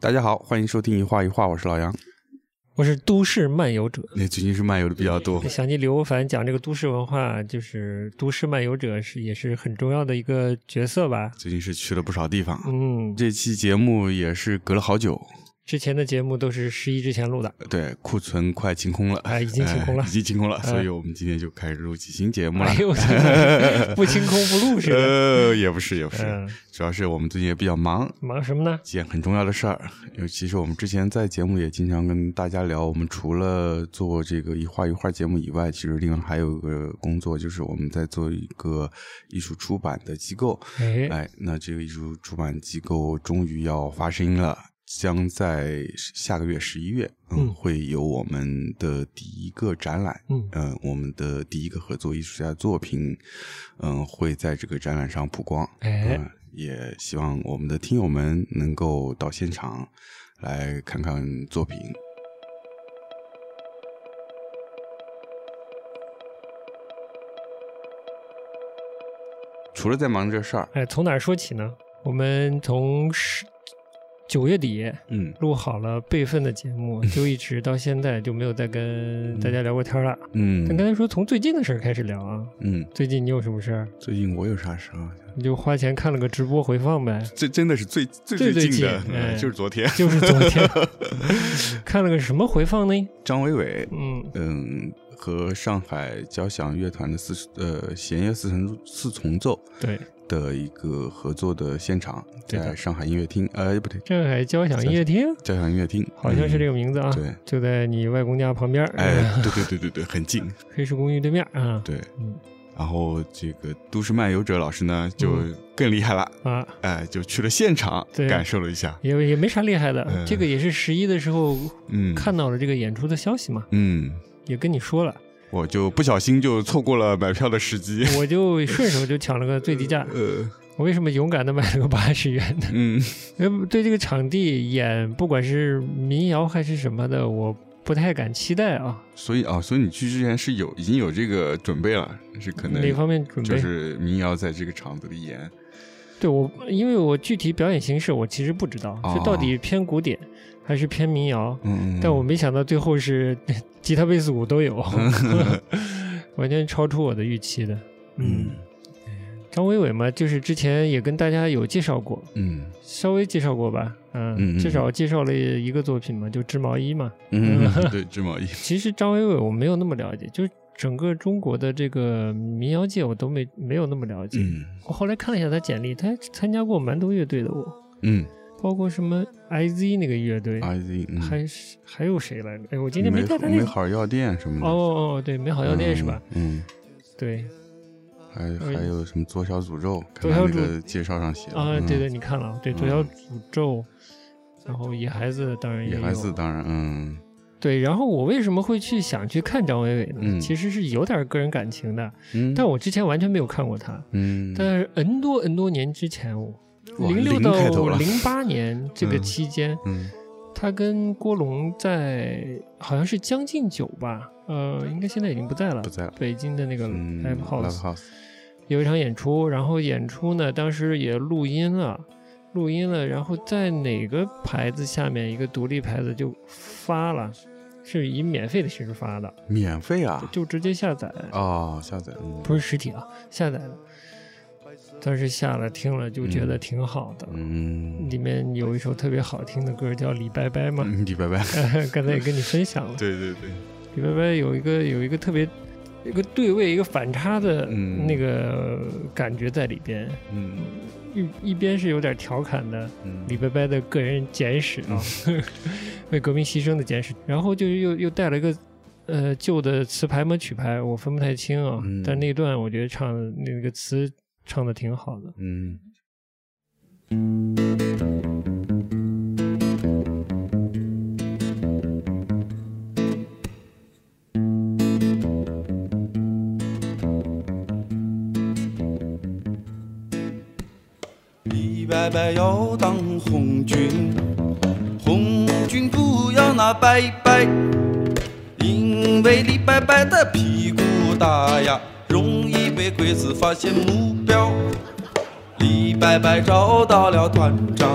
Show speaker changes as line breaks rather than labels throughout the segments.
大家好，欢迎收听一画一画，我是老杨。
我是都市漫游者。
那哎最近是漫游的比较多，
想起刘凡讲这个都市文化，就是都市漫游者是也是很重要的一个角色吧。
最近是去了不少地方。
嗯，
这期节目也是隔了好久，
之前的节目都是十一之前录的，
对，库存快清空了，
哎已经清空了嗯
哎已经清空了，所以我们今天就开始录起新节目了。
哎呦，我天哪 不清空不录似的。
呃，也不是，也不是，
嗯
主要是我们最近也比较忙，
忙什么呢？
件很重要的事儿，尤其是我们之前在节目也经常跟大家聊，我们除了做这个一画一画节目以外，其实另外还有一个工作，就是我们在做一个艺术出版的机构。
哎，
哎，那这个艺术出版机构终于要发声音了，将在下个月十一月，嗯，
嗯
会有我们的第一个展览，
嗯
嗯，我们的第一个合作艺术家作品，嗯，会在这个展览上曝光。
哎
嗯，也希望我们的听友们能够到现场来看看作品。除了在忙这事儿，
哎，从哪儿说起呢？我们从十九月底
嗯，
录好了备份的节目，就一直到现在就没有再跟大家聊过天了。但刚
嗯
才说从最近的事儿开始聊啊，
嗯，
最近你有什么事儿？
最近我有啥事啊？
你就花钱看了个直播回 放呗。
这真的是最最最
最最
近的，
近
呃
哎
就是昨天，
就是昨天 看了个什么回放呢？
张伟伟，
嗯，
嗯，和上海交响乐团的四呃弦乐四重四重奏
对，
的一个合作的现场，
对的
在上海音乐厅，呃，不对，
上海交响音乐厅
交响音乐厅，
好像是这个名字啊，
嗯 对
就在你外公家旁边，呃
嗯。哎，对对对对对，很 近，
黑石公寓对面啊，
对。
嗯
然后这个都市漫游者老师呢，就
嗯
更厉害了，
啊，
哎，就去了现场
对
感受了一下，
也也没啥厉害的，
嗯
这个也是十一的时候
嗯，，
看到了这个演出的消息嘛，
嗯，
也跟你说了，
我就不小心就错过了买票的时机，
我就顺手就抢了个最低价，
呃，
我为什么勇敢的买了个八十元呢？
嗯
因为对这个场地演，不管是民谣还是什么的，我不太敢期待啊，
所以啊，所以你去之前是有已经有这个准备了，是可能
哪方面准备？
就是民谣在这个场子里演，
对我，因为我具体表演形式我其实不知道，
哦
是到底偏古典还是偏民谣？
嗯，
但我没想到最后是吉他、贝斯、鼓都 有， 完全超出我的预期的。
嗯
张伟伟嘛，就是之前也跟大家有介绍过，
嗯
稍微介绍过吧，
嗯嗯
嗯，至少介绍了一个作品嘛，就织毛衣嘛。
嗯，对，织毛衣，
其实张伟伟我没有那么了解，就是整个中国的这个民谣界我都没没有那么了解。
嗯
我后来看了一下他简历，他参加过蛮多乐队的我。
嗯
包括什么 IZ 那个乐队，
，I 嗯 Z，
还是还有谁来着？哎，我今
美
天没带他那
美啊好药店什么的，
哦，哦哦，对，美好药店是吧？？
嗯，
对
还还有什么左小诅咒，看
左
他
小
那
诅
个介绍上写
啊，
了，
对对，你看了，对，
嗯
左小诅咒，然后野孩子当然也
野
有，
孩子当然，嗯
对。然后我为什么会去想去看张伟伟呢？
嗯
其实是有点个人感情的，
嗯，
但我之前完全没有看过他，
嗯，
但是 N 多 N 多年之前我。
哇
零六
零开头了
到零八年这 个
嗯
期间，
嗯
他跟郭龙在好像是《将进酒》吧，呃，应该现在已经不在了
不，在了，
北京的那个
嗯
live house、
house，
有一场演出，然后演出呢，当时也录音了，录音了，然后在哪个牌子下面一个独立牌子就发了，是以免费的形式发的，
免费啊，
就直接下载，
哦，下载，嗯
不是实体啊，下载的。当时下了听了，就觉得挺好的。
嗯，
里面有一首特别好听的歌叫《李白白》嘛，
嗯李白白，
刚才也跟你分享了。
对对对，
李白白有一个有一个特别一个对位一个反差的
嗯
那个感觉在里边，
嗯
一一边是有点调侃的
嗯
李白白的个人简史啊，为革命牺牲的简史，然后就是又又带了一个。呃，旧的词牌嘛曲牌我分不太清啊，
嗯
但那段我觉得唱的那个词唱的挺好的。
嗯。
李白白要当红军，红军不要那白白，因为李白白的屁股大呀，容易被鬼子发现目标。李白白找到了团长，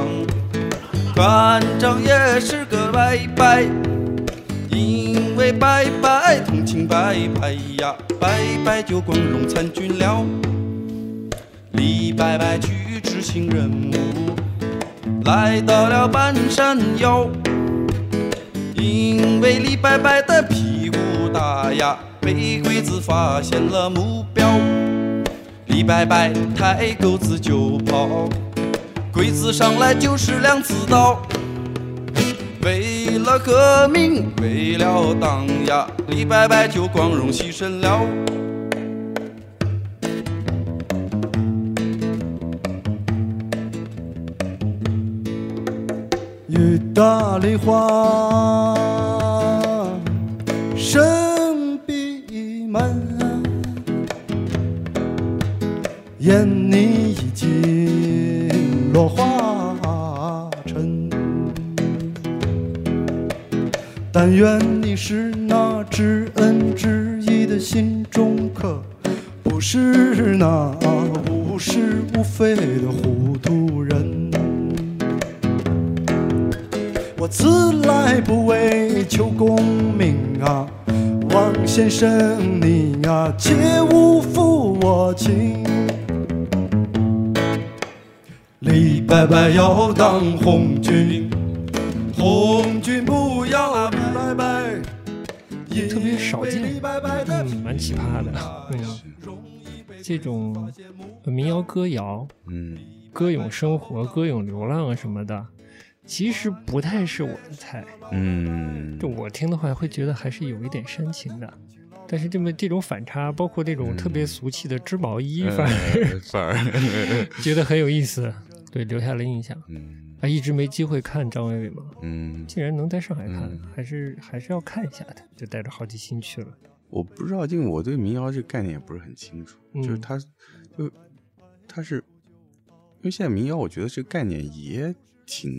团长也是个拜拜，因为拜拜同情拜拜呀，拜拜就光荣参军了。李拜拜去执行任务，来到了半山腰，因为李拜拜的屁股大呀，被鬼子发现了目标。李拜拜抬钩子就跑，鬼子上来就是两刺刀。为了革命，为了党呀，李白白就光荣牺牲了。雨打梨花，深闭门，眼你已经落花尘。但愿你是那知恩知义的心中客，不是那无是无非的糊涂人。我自来不为求功名啊，王先生你啊，切勿负我情。李白白要当红军，红军不要啊，拜拜。
特别少见
因为李白白的
嗯蛮奇葩 的嗯这种民谣歌谣，
嗯，
歌咏生活、歌咏流浪啊什么的，其实不太是我的菜。
嗯
就，我听的话，会觉得还是有一点煽情的。但是这么这种反差，包括这
嗯
种特别俗气的织毛衣，反而
呃反而，
觉得很有意思，对，留下了印象。
嗯
啊，一直没机会看张伟伟嘛，
嗯，
竟然能在上海看，
嗯
还是还是要看一下的，就带着好奇心去了。
我不知道，因为我对民谣这个概念也不是很清楚，
嗯
就是它，就它是，因为现在民谣，我觉得这个概念也挺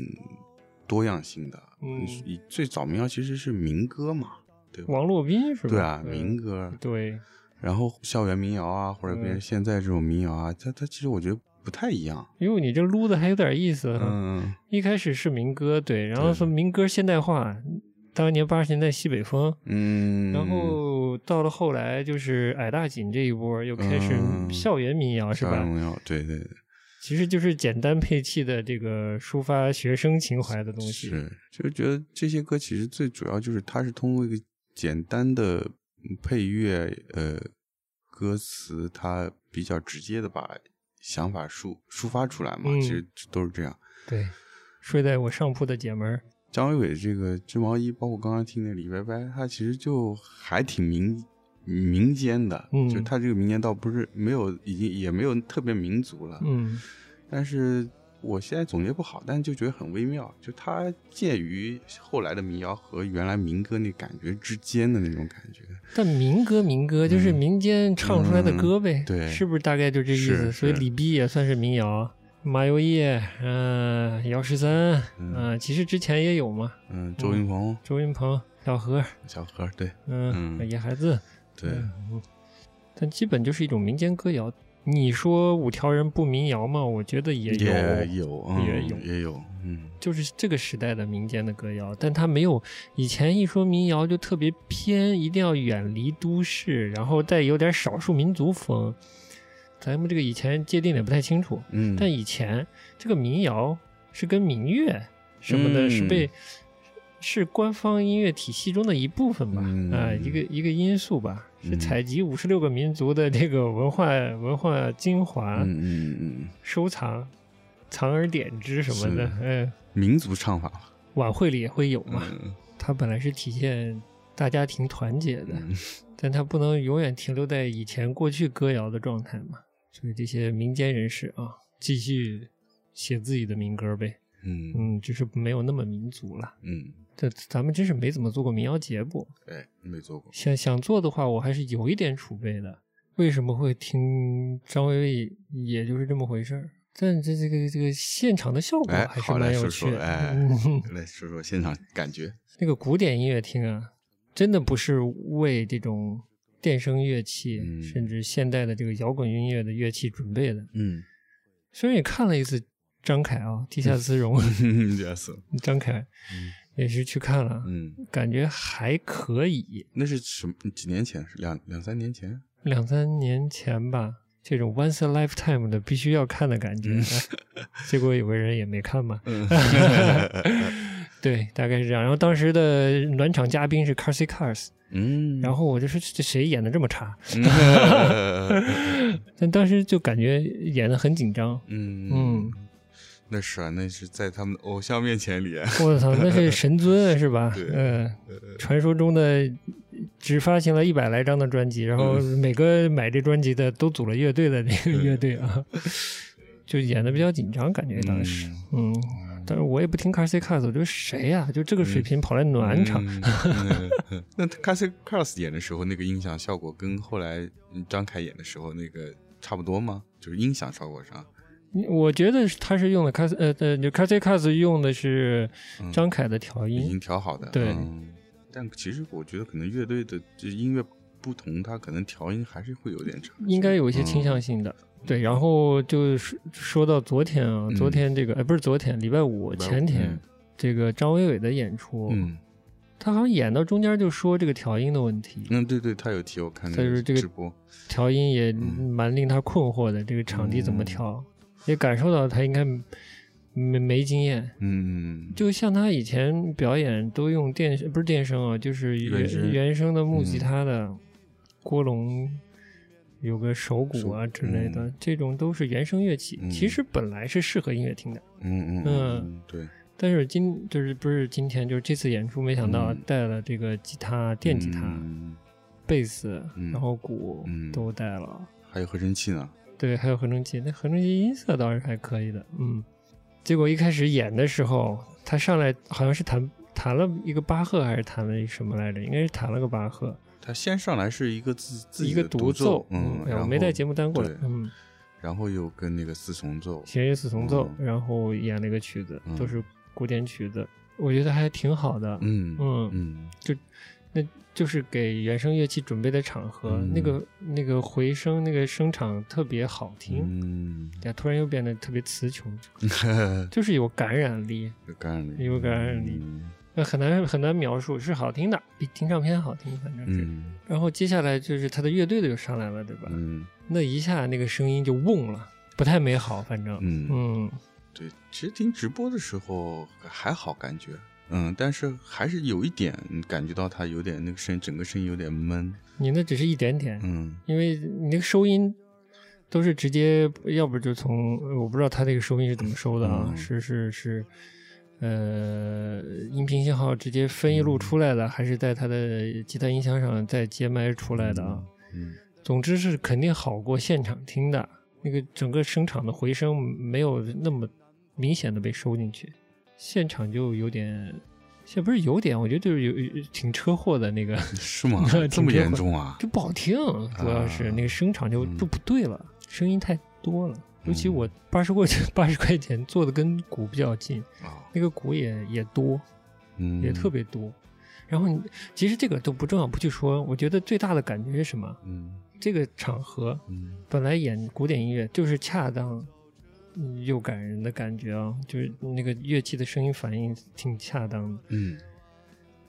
多样性的。
嗯
你最早民谣其实是民歌嘛，对吧？
王洛宾是吧？
对啊，民
歌。
歌，
对，
然后校园民谣啊，或者别人
嗯
现在这种民谣啊，它它其实我觉得不太一样。
哟，你这撸的还有点意思哈。
嗯
一开始是民歌，对，然后说民歌现代化，当年八十年代西北风，
嗯，
然后到了后来就是矮大紧这一波，又开始
嗯
校园民谣、是
校园
吧？
民谣，对对对，
其实就是简单配器的这个抒发学生情怀的东西。
是，就是觉得这些歌其实最主要就是它是通过一个简单的配乐，呃，歌词，它比较直接的把想法抒抒发出来嘛，
嗯
其实都是这样。
对，睡在我上铺的姐们儿，
张伟伟这个织毛衣，包括刚刚听那李白白，他其实就还挺民民间的，
嗯
就他这个民间倒不是没有，已经也没有特别民族了，
嗯
但是我现在总结不好，但就觉得很微妙，就它介于后来的民谣和原来民歌那感觉之间的那种感觉。
但民歌，民歌就是民间唱出来的歌呗，
嗯对
是不是大概就这意
是
思？
是
所以李逼也算是民谣，马友义，嗯、姚十三，
嗯
嗯、其实之前也有嘛，
嗯，周云鹏、
周云鹏、小何，
小何，对
嗯、
嗯
野孩子，
对，
嗯，但基本就是一种民间歌谣。你说五条人不民谣吗？我觉得也有，
也有，嗯
也有
也有，嗯
就是这个时代的民间的歌谣，但它没有以前一说民谣就特别偏，一定要远离都市，然后带有点少数民族风。咱们这个以前界定的不太清楚，
嗯，
但以前这个民谣是跟民乐什么的，
嗯
是被是官方音乐体系中的一部分吧，
嗯
啊，一个一个因素吧，是
嗯
采集五十六个民族的这个文化文化精华，
嗯嗯嗯，
收藏，藏而典之什么的
是，
嗯，
民族唱法嘛，
晚会里也会有嘛。
嗯
它本来是体现大家庭团结的，
嗯
但它不能永远停留在以前过去歌谣的状态嘛。所以这些民间人士啊，继续写自己的民歌呗。
嗯
嗯，只是没有那么民族了。
嗯，
这咱们真是没怎么做过民谣节目，
哎，没做过，
想想做的话，我还是有一点储备的。为什么会听张伟伟，也就是这么回事儿。但这这个这个现场的效果
哎，
还是
好来
蛮有
说
趣
说，
的。
哎
嗯，
来说说现场感觉，
那个古典音乐厅啊，真的不是为这种电声乐器，
嗯
甚至现代的这个摇滚音乐的乐器准备的。
嗯
虽然也看了一次张凯啊，地下丝绒，
yes，
张凯也是去看了，
嗯，
感觉还可以。
那是什么？几年前？是两两三年 前？啊
两三年前吧，这种 once a lifetime 的必须要看的感
嗯
觉，啊结果有个人也没看嘛。对，大概是这样。然后当时的暖场嘉宾是 Carsey Cars，
嗯，
然
后
后我就说这谁演的这么差？ 但当时就感觉演的很紧张。
嗯
嗯，
那是啊，那是在他们的偶像面前里，啊
我操，那是神尊啊是吧？
对
嗯，传说中的只发行了一百来张的专辑，然后每个买这专辑的都组了乐队的这个乐队啊， 就演的比较紧张，感觉当时，嗯。但是我也不听 Car C Cars，我觉得谁呀、就这个水平跑来 暖场，
嗯。嗯 那 Cassie Cross 演的时候，那个音响效果跟后来嗯张凯演的时候那个差不多吗？就是音响效果上，
我觉得他是用的 Car 呃呃，就 Car C Cars 用的是
嗯
张凯的调
已
音
经，调好的。
对
嗯但其实我觉得可能乐队的就是音乐不同，它可能调音还是会有点差。
应该有一些倾向性的。对，然后就是说到昨天啊，
嗯
昨天这个呃不是昨天，礼拜五
礼拜五
前天，这个张伟伟的演出，
嗯，
他好像演到中间就说这个调音的问题，
那嗯对对，他有提，我看那
所以说这个
直播，
调音也
嗯
蛮令他困惑的，这个场地怎么调，也感受到他应该没没经验。
嗯，
就像他以前表演都用电不是电声啊，就是
原声嗯
原原声的木吉他的、郭龙，有个手鼓啊
手
之类的，这种都是原声乐器，
嗯
其实本来是适合音乐厅的。
嗯嗯
嗯，
对，
但是今就是不是今天就是这次演出，没想到
嗯
带了这个吉他、电吉他、
嗯
贝斯，
嗯
然后鼓
嗯
都带了，
还有合成器呢，
对，还有合成器。那合成器音色倒是还可以的，嗯。结果一开始演的时候，他上来好像是弹弹了一个巴赫，还是弹了一什么来着？应该是弹了个巴赫，
他先上来是一个自自己
一个
的独
奏。
嗯，
哎呀
然
我
后
没带节目单过来
对。
嗯，
然后又跟那个四重奏，
弦乐四重奏，
嗯
然后演了一个曲子，
嗯
都是古典曲子，我觉得还挺好的。
嗯
嗯
嗯
就是给原声乐器准备的场合，
嗯
那个那个回声，那个声场特别好听，
嗯，
呀、突然又变得特别 词穷，就是有感染力，
有感染力，
有感染力
嗯
呃很难很难描述，是好听的，比听唱片好听，反正是。
嗯
然后接下来就是他的乐队的就上来了，对吧？
嗯
那一下那个声音就嗡了，不太美好，反正，
嗯
嗯
对，其实听直播的时候还好感觉，嗯，但是还是有一点嗯感觉到它有点那个声，整个声音有点闷，
你那只是一点点，
嗯
因为你那个收音都是直接，要不就从我不知道他那个收音是怎么收的啊，
嗯
是是是，呃，音频信号直接分
嗯
一路出来的，还是在他的吉他音箱上再接麦出来的啊？
嗯
总之是肯定好过现场听的，那个整个声场的回声没有那么明显的被收进去，现场就有点。也不是有点，我觉得就是有有挺车祸的那个，？
是吗这么严重啊？
就不好听， 主要是、
啊
那个声场就
嗯
就不对了，声音太多了。尤其我八十块钱 八十块钱做的跟鼓比较近，
啊，
那个鼓也也多，
嗯，
也特，别多。然后你其实这个都不重要，不去说。我觉得最大的感觉是什么？
嗯
这个场合
嗯
本来演古典音乐就是恰当嗯又感人的感觉啊，就是那个乐器的声音反应挺恰当的。
嗯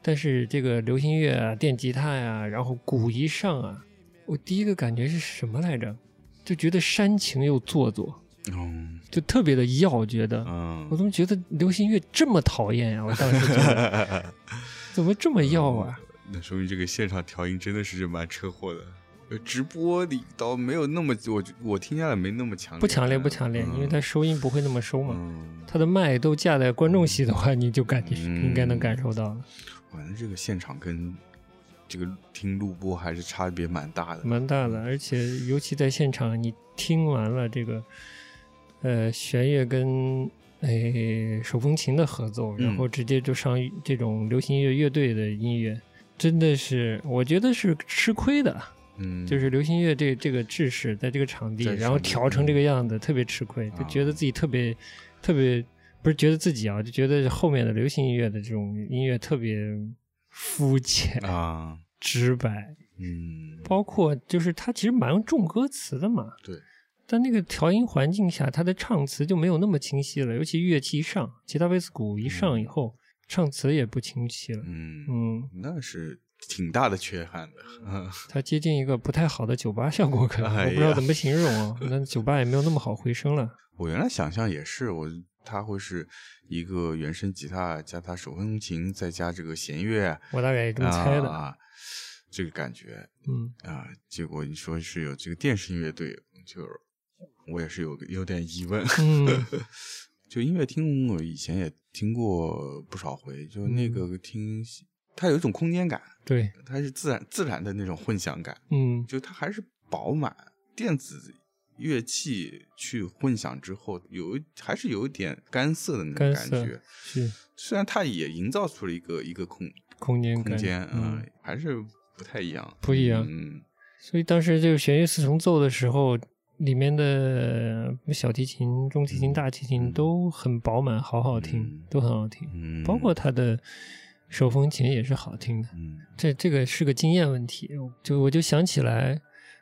但是这个流行乐啊、电吉他呀、然后鼓一上啊，我第一个感觉是什么来着？就觉得煽情又做作，
嗯
就特别的要，觉得我
嗯，
怎么觉得流行乐这么讨厌呀、我当时觉得怎么这么要 啊？
那说明这个现场调音真的是蛮车祸的。呃直播里倒没有那么，我我听下来没那么强烈，
不强烈，不强烈，因为它收音不会那么收嘛。
嗯，
它的麦都架在观众席的话，你就感觉
嗯
应该能感受到了，
反正这个现场跟这个听录播还是差别蛮大的。
蛮大的。而且尤其在现场，你听完了这个，呃，弦乐跟诶、手风琴的合奏，
嗯
然后直接就上这种流行乐乐队的音乐，真的是我觉得是吃亏的，
嗯，
就是流行乐这这个制式在这个场地，
在
然后
场地嗯
调成这个样子，特别吃亏，就
啊
觉得自己特别特别不是觉得自己啊，就觉得后面的流行音乐的这种音乐特别肤浅、
啊，
直白，
嗯，
包括就是它其实蛮重歌词的嘛，
对，
但那个调音环境下，它的唱词就没有那么清晰了，尤其乐器一上，吉他、贝斯、鼓一上以后，唱词也不清晰了。
嗯，
嗯，
那是挺大的缺憾的。
它接近一个不太好的酒吧效果，可能、
哎呀
我不知道怎么形容 啊。那酒吧也没有那么好回声了。
我原来想象也是，我它会是一个原声吉他加它手风琴，再加这个弦乐，
我大概也这么猜的。
啊，这个感觉
嗯，
啊。结果你说是有这个电视乐队，就我也是有个有点疑问。
嗯
就音乐厅，我以前也听过不少回，就那
嗯
个听，它有一种空间感，
对，
它是自然自然的那种混响感，
嗯
就它还是饱满电子乐器去混响之后，有一还是有一点干涩的那种
干
感
涩
觉。
是
虽然它也营造出了一个一个空
空间
空
感。
间，
嗯
嗯，还是不太一样，
不一样
嗯，
所以当时这个弦乐四重奏的时候，里面的小提琴、中提琴、
嗯
大提琴
嗯
都很饱满，好好听，
嗯
都很好听。
嗯
包括他的手风琴也是好听的。
嗯
这这个是个经验问题，就我就想起来，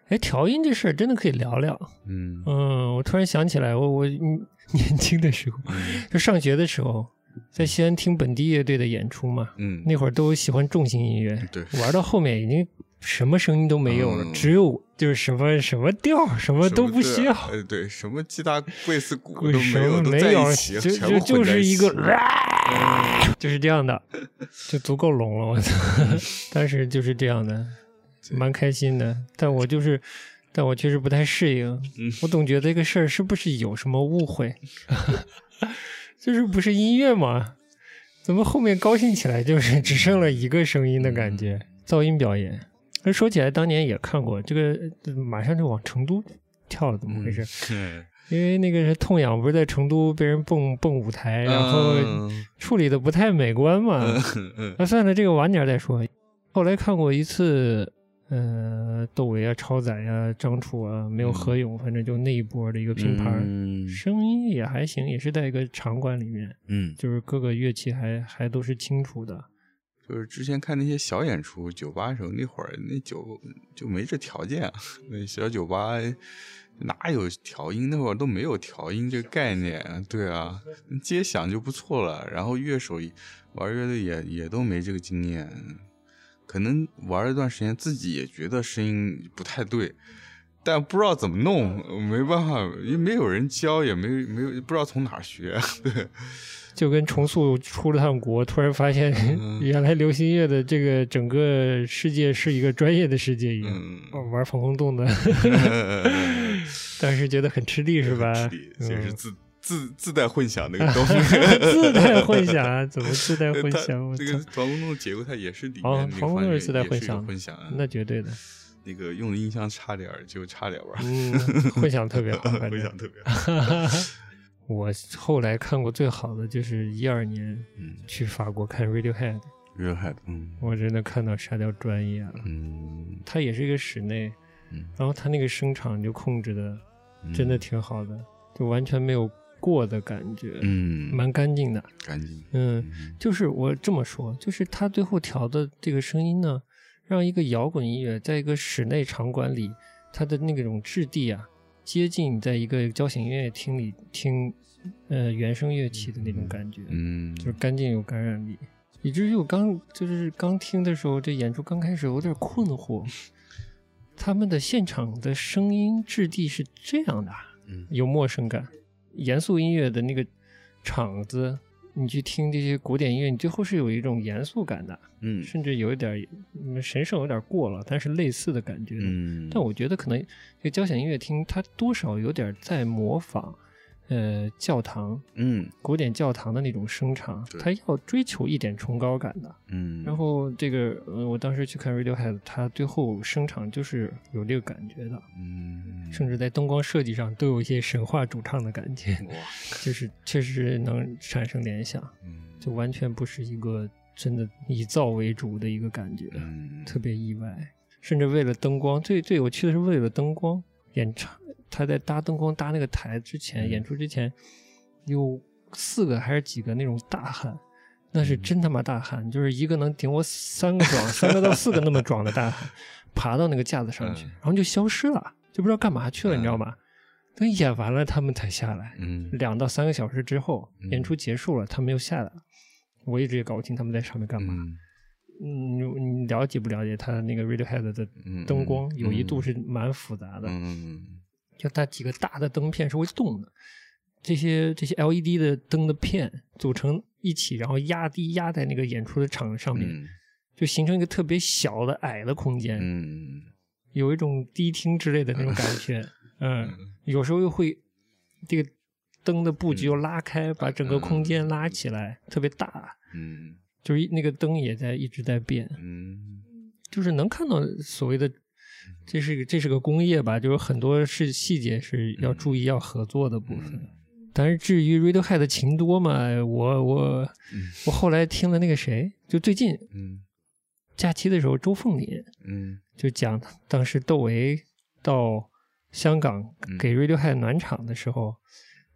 哎，调音这事儿真的可以聊聊。
嗯
嗯，我突然想起来，我我嗯 年轻的时候，
嗯
就上学的时候，在西安听本地乐队的演出嘛，
嗯，
那会儿都喜欢重型音乐，
对
玩到后面已经什么声音都没有了，
嗯
只有就是什么什么调儿什么
什
都
么
不
对
需
啊
要，
呃，对，什么吉他、贝斯、 鼓
鬼
都
什
没有，
么
都
没
在
有，
一起，
就
全
就
部混
就
在
是
一
一个
起，
就是这样的，就足够聋了。我操， 当时就是这样的，
嗯对
蛮开心的。但我就是，但我确实不太适应，
嗯
我总觉得这个事儿是不是有什么误会？ 就是不是音乐嘛？怎么后面高兴起来就是只剩了一个声音的感
嗯
觉？噪音表演。那说起来，当年也看过这个，呃马上就往成都跳了，怎么回事？
嗯
因为那个是痛痒不是在成都被人蹦蹦舞台，然后
嗯
处理的不太美观嘛。
嗯
那、算了，这个晚点再说。后来看过一次，呃，窦唯啊、超载啊、张楚啊，没有何勇，反正就那一波的一个拼盘儿，
嗯
声音也还行，也是在一个场馆里面，
嗯，
就是各个乐器还还都是清楚的。
就是之前看那些小演出，酒吧的时候那会儿那酒就没这条件啊， 那小酒吧哪有调音？那会儿都没有调音这个概念，对啊，接响就不错了。然后乐手也玩乐队也也都没这个经验，可能玩了一段时间，自己也觉得声音不太对。但不知道怎么弄，没办法，也没有人教，也没没有不知道从哪儿学， 对，
就跟重塑出了趟国，突然发现
嗯
原来流行乐的这个整个世界是一个专业的世界一样。
嗯，
哦玩防空洞的， 当时觉得很吃力 是吧？
吃力就是
嗯。
自、自自带混响那个东西
自带混响啊，怎么自 带混响？我
它这个
操，
防空洞结构它也是里
哦
面那个
防空洞
方
是
面
自带
也
混
有
响的
混响啊
那绝 对的。
那个用的音箱差点儿就差点儿吧，
嗯，混响特别嗯好，反
混
正
响特别 好。
我后来看过最好的就是一二年
嗯，
去法国看 Radiohead，
热海的，嗯
我真的看到啥叫专业了。
嗯
它也是一个室内，
嗯
然后它那个声场就控制的
嗯
真的挺好的，就完全没有过的感觉，
嗯，
蛮干净的。
干净。
嗯，
嗯
就是我这么说，就是他最后调的这个声音呢，让一个摇滚音乐在一个室内场馆里，它的那种质地啊，接近在一个交响音乐厅里听，呃，原声乐器的那种感觉，
嗯，
就是干净有感染力。以至于我刚就是刚听的时候，这演出刚开始有点困惑，他们的现场的声音质地是这样的啊，
嗯
有陌生感。严肃音乐的那个场子，你去听这些古典音乐，你最后是有一种严肃感的，
嗯
甚至有一点嗯神圣有点过了，但是类似的感觉。
嗯，
但我觉得可能这个交响音乐厅它多少有点在模仿，呃，教堂
嗯
古典教堂的那种声场，
对
它要追求一点崇高感的。
嗯，
然后这个，呃，我当时去看 Radiohead，它最后声场就是有这个感觉的。
嗯，
甚至在灯光设计上都有一些神话主唱的感觉，
哇，
就是确实能产生联想，
嗯
就完全不是一个真的以造为主的一个感觉，
嗯
特别意外。甚至为了灯光，最最有趣的是为了灯光演唱，他在搭灯光搭那个台之
嗯
前，演出之前有四个还是几个那种大汉。那
嗯
是真他妈大汉，就是一个能顶我三个壮，三个到四个那么壮的大汉，爬到那个架子上去，
嗯
然后就消失了，就不知道干嘛去了，你知道吗？等演完了他们才下来，
嗯
两到三个小时之后
嗯
演出结束了，他们又下来了。我一直也搞不清他们在上面干嘛。
嗯
嗯，你了解不了解他那个 Radiohead 的
嗯
灯光？有一度
嗯
是蛮复杂的，
嗯
就它几个大的灯片是会动的，这些这些 LED 的灯的片组成一起，然后压低压在那个演出的场上面，
嗯
就形成一个特别小的矮的空间，
嗯
有一种低厅之类的那种感觉。 嗯，有时候又会这个灯的布局又拉开，把整个空间拉起来，特别大。
嗯
就是那个灯也在一直在变，
嗯
就是能看到所谓的，这是一个这是个工业吧，就是很多是细节是要注意要合作的部分。但是至于 Radiohead 情多嘛，我我我后来听了那个谁，就最近
嗯
假期的时候，周凤敏
嗯
就讲当时窦唯到香港
嗯
给 Radiohead 暖场的时候，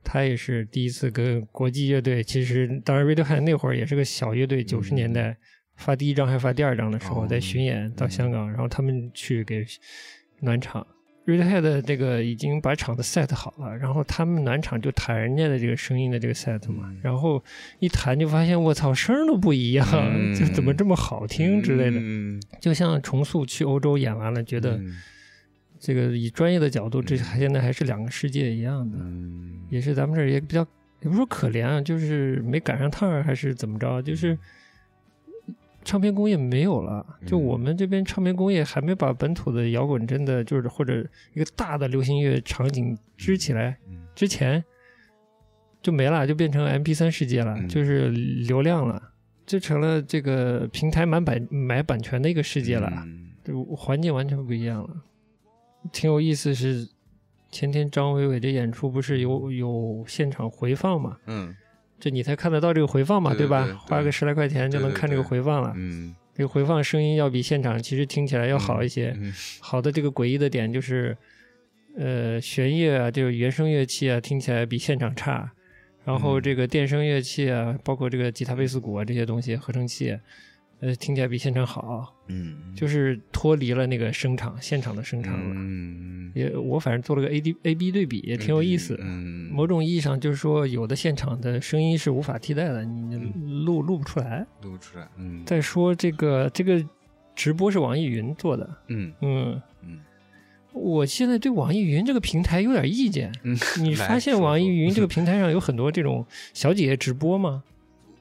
他也是第一次跟国际乐队。其实，当然 Radiohead 那会儿也是个小乐队，九十年代发第一张还发第二张的时候，
嗯哦
在巡演到香港，然后他们去给暖场。Radiohead 这个已经把场子 set 好了，然后他们暖场就弹人家的这个声音的这个 set 嘛，
嗯
然后一弹就发现我操声儿都不一样，
嗯
就怎么这么好听之类的。
嗯
就像重塑去欧洲演完了，觉得这个以专业的角度，这
嗯
现在还是两个世界一样的，
嗯
也是咱们这儿也比较，也不是说可怜啊，就是没赶上趟儿还是怎么着，就是唱片工业没有了，就
嗯
我们这边唱片工业还没把本土的摇滚真的就是或者一个大的流行乐场景支起来
嗯
之前就没了，就变成 M P 三世界了，
嗯
就是流量了。就成了这个平台买版买版权的一个世界了，
嗯
就环境完全不一样了。挺有意思是，前天张伟伟这演出不是有有现场回放嘛？
嗯
这你才看得到这个回放嘛，
对对
吧？
对对
花个十来块钱就能看这个回放了。
嗯
这个回放声音要比现场其实听起来要好一些。
嗯
好的，这个诡异的点就是，呃，弦乐啊，就是原声乐器啊，听起来比现场差。然
嗯
后这个电声乐器啊，包括这个吉他、贝斯、鼓啊这些东西，合成器，呃，听起来比现场好。
嗯
就是脱离了那个声场现场的声场了。
嗯
也我反正做了个 A D A B 对比，也挺有意思。
嗯
某种意义上就是说，有的现场的声音是无法替代的，你
嗯
你录录不出来。
录出来嗯
再说这个这个直播是网易云做的，
嗯
嗯
嗯，
我现在对网易云这个平台有点意见。
嗯
你发现网易云这 个平台上有很多这种小姐姐直播吗？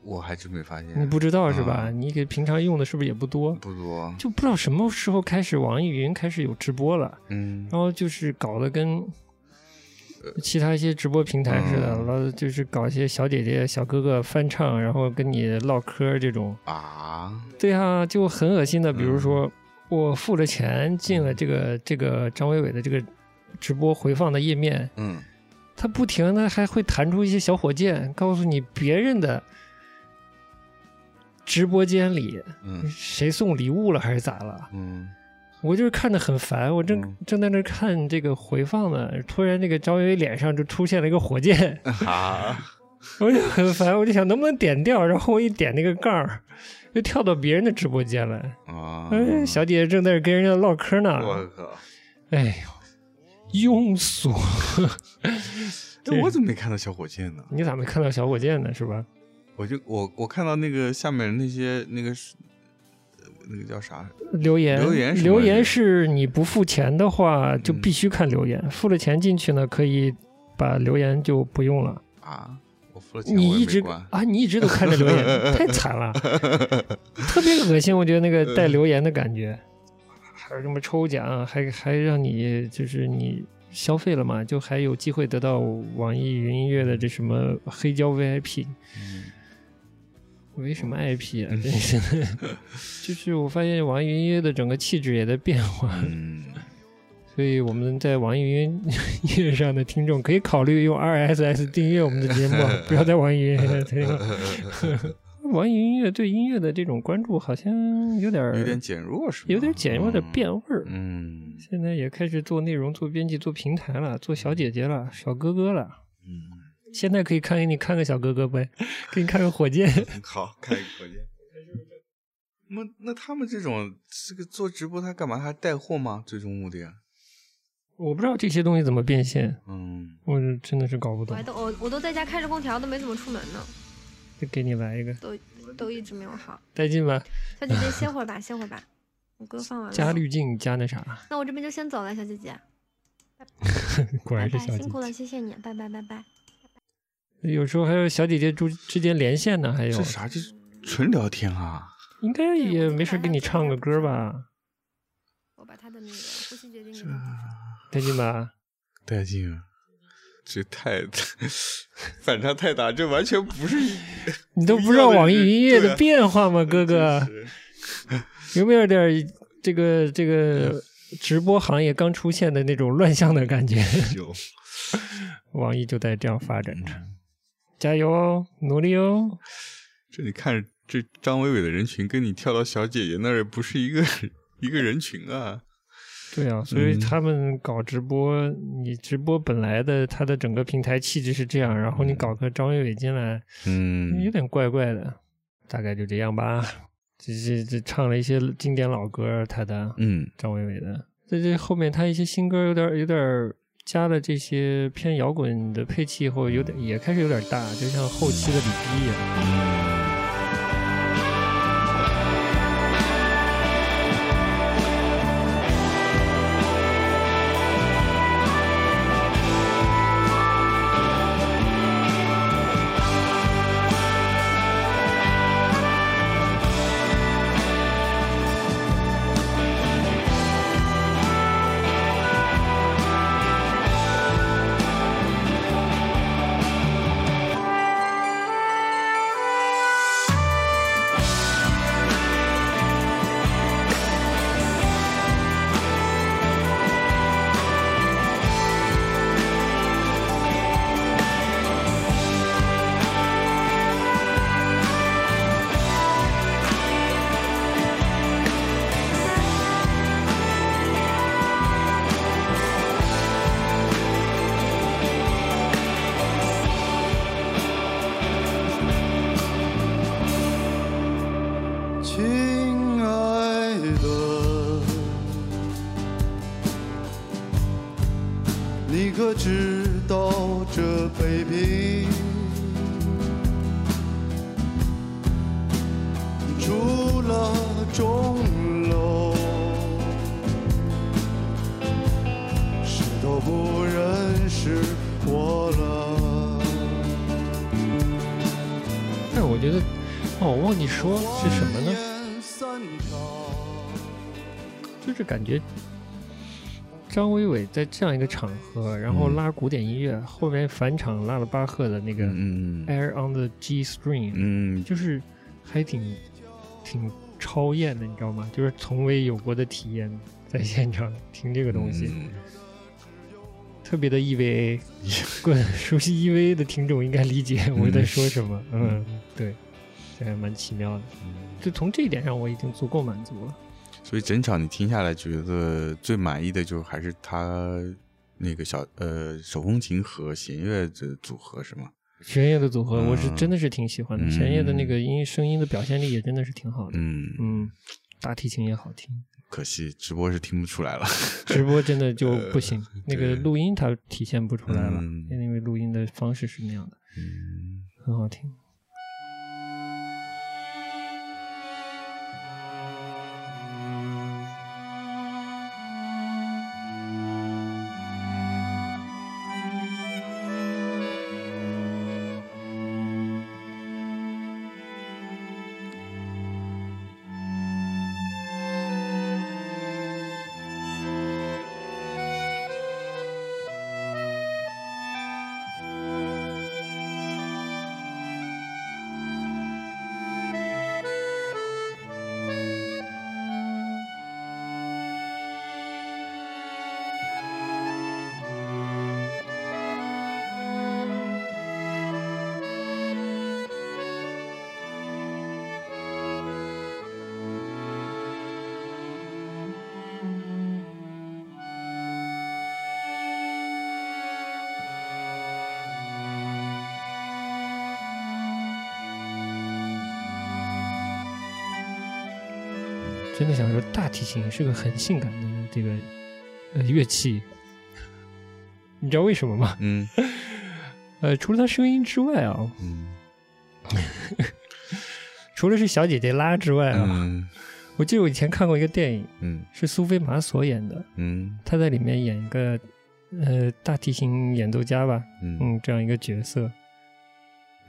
我还真没发现
你不知道是吧？
啊
你给平常用的是不是也不多？
不多
就不知道什么时候开始，网易云开始有直播了。
嗯
然后就是搞得跟呃其他一些直播平台似的，
嗯
然后就是搞一些小姐姐、小哥哥翻唱，然后跟你唠嗑这种。
啊
对啊，就很恶心的。比如
嗯
说，我付了钱进了这个这个张伟伟的这个直播回放的页面，
嗯
他不停的还会弹出一些小火箭，告诉你别人的直播间里
嗯
谁送礼物了还是咋了。
嗯
我就是看的很烦，我正、
嗯
正在那儿看这个回放呢，突然那个张伟伟脸上就出现了一个火箭，
啊
我就很烦，我就想能不能点掉，然后我一点那个杠儿，就跳到别人的直播间来，
啊
哎，小姐姐正在那儿跟人家唠嗑呢，
我靠。
哎呦，庸俗，
那我怎么没看到小火箭呢？
你咋没看到小火箭呢？是吧？
我就我我看到那个下面那些那个是呃那个叫啥？
留言
留言是吗嗯
是你不付钱的话就必须看留言，付了钱进去呢可以把留言就不用了。
啊，我付了钱，我
你
也
一
没
直
关。
啊，你一直都看着留 言，太惨了，特别恶心。我觉得那个带留言的感觉，还有什么抽奖，啊还还让你就是你消费了嘛，就还有机会得到网易云音乐的这什么黑胶 VIP。为什么 IP 啊？
嗯
真是的， 就是我发现网易云音乐的整个气质也在变化，
嗯，
所以我们在网易云音乐上的听众可以考虑用 RSS 订阅我们的节目，不要在网易云听了。网易云音乐对音乐的这种关注好像有点儿
有点减弱是吧？
呃有点减弱，有点变味儿。
嗯。
现在也开始做内容、做编辑、做平台了，做小姐姐了、小哥哥了。
嗯
现在可以看给你看个小哥哥呗， 给你看个火箭。
嗯，好，开个火箭。啊那那他们这种这个做直播，他干嘛还带货吗？最终目的？
我不知道这些东西怎么变现，
嗯，
我就真的是搞不
我
懂
还。都我我都在家开着空调，都没怎么出门呢，
就给你来一个，
都都一直没有 好。
带劲吧，
小姐姐歇会儿吧，歇会儿吧，我歌放完了。
加滤镜加那啥，
那我这边就先走了，小姐姐，
果
拜
然是
拜，
小姐
辛苦了，
姐。
谢谢你，拜拜拜拜。
有时候还有小姐姐之之间连线呢，还有
这啥？这纯聊天啊！
应该也没事给你唱个歌吧，
我把他的那个呼吸决定给你。
带 劲吧。
带劲啊！这太 反差太大，这完全不是一
你都不知道网易云音乐的变化吗，哥
啊真
哥？
是
有没有点儿这个这
啊
个直播行业刚出现的那种乱象的感觉？
有
网易就在这样发展着，
嗯
加油哦，努力哦！
这你看这张伟伟的人群，跟你跳到小姐姐那儿也不是一个 一个人群啊。
对啊，所以
嗯
他们搞直播，你直播本来的它的整个平台气质是这样，然后你搞个张伟伟进来，有
嗯，
点怪怪的。大概就这样吧。这这这唱了一些经典老歌，他的
嗯，
张伟伟的。在这后面，他一些新歌有点有点加了这些偏摇滚的配器以后，有点也开始有点大，就像后期的李迪一样。
亲爱的，你可知道这北平除了钟楼，谁都不认识我了。
但我觉得，哦，我忘记说是什么呢？
呢？
就是感觉张伟伟在这样一个场合，然后
嗯
拉古典音乐，后面返场拉了巴赫的那个
嗯嗯
Air on the G String，、
嗯，
就是还挺挺超验的，你知道吗？就是从未有过的体验，在现场听这个东西，
嗯
特别的 EVA。过熟悉 EVA 的听众应该理解我在说什么。嗯，对，这还蛮奇妙的。
嗯
就从这一点上，我已经足够满足了。
所以整场你听下来，觉得最满意的就还是他那个小呃手风琴和弦乐的组合是吗？
弦乐的组合，
嗯
我是真的是挺喜欢的。
嗯
弦乐的那个音声音的表现力也真的是挺好的。
嗯，
嗯，大提琴也好听，
可惜直播是听不出来了。
直播真的就不行。那个录音它体现不出来了，
嗯
因为录音的方式是那样的，
嗯，
很好听。真的想说，大提琴是个很性感的这个呃乐器，你知道为什么吗？
嗯
呃，除了她声音之外啊，
嗯
除了是小姐姐拉之外啊，
嗯
我记得我以前看过一个电影，
嗯
是苏菲玛索演的，
嗯
她在里面演一个呃大提琴演奏家吧，
嗯
嗯，这样一个角色，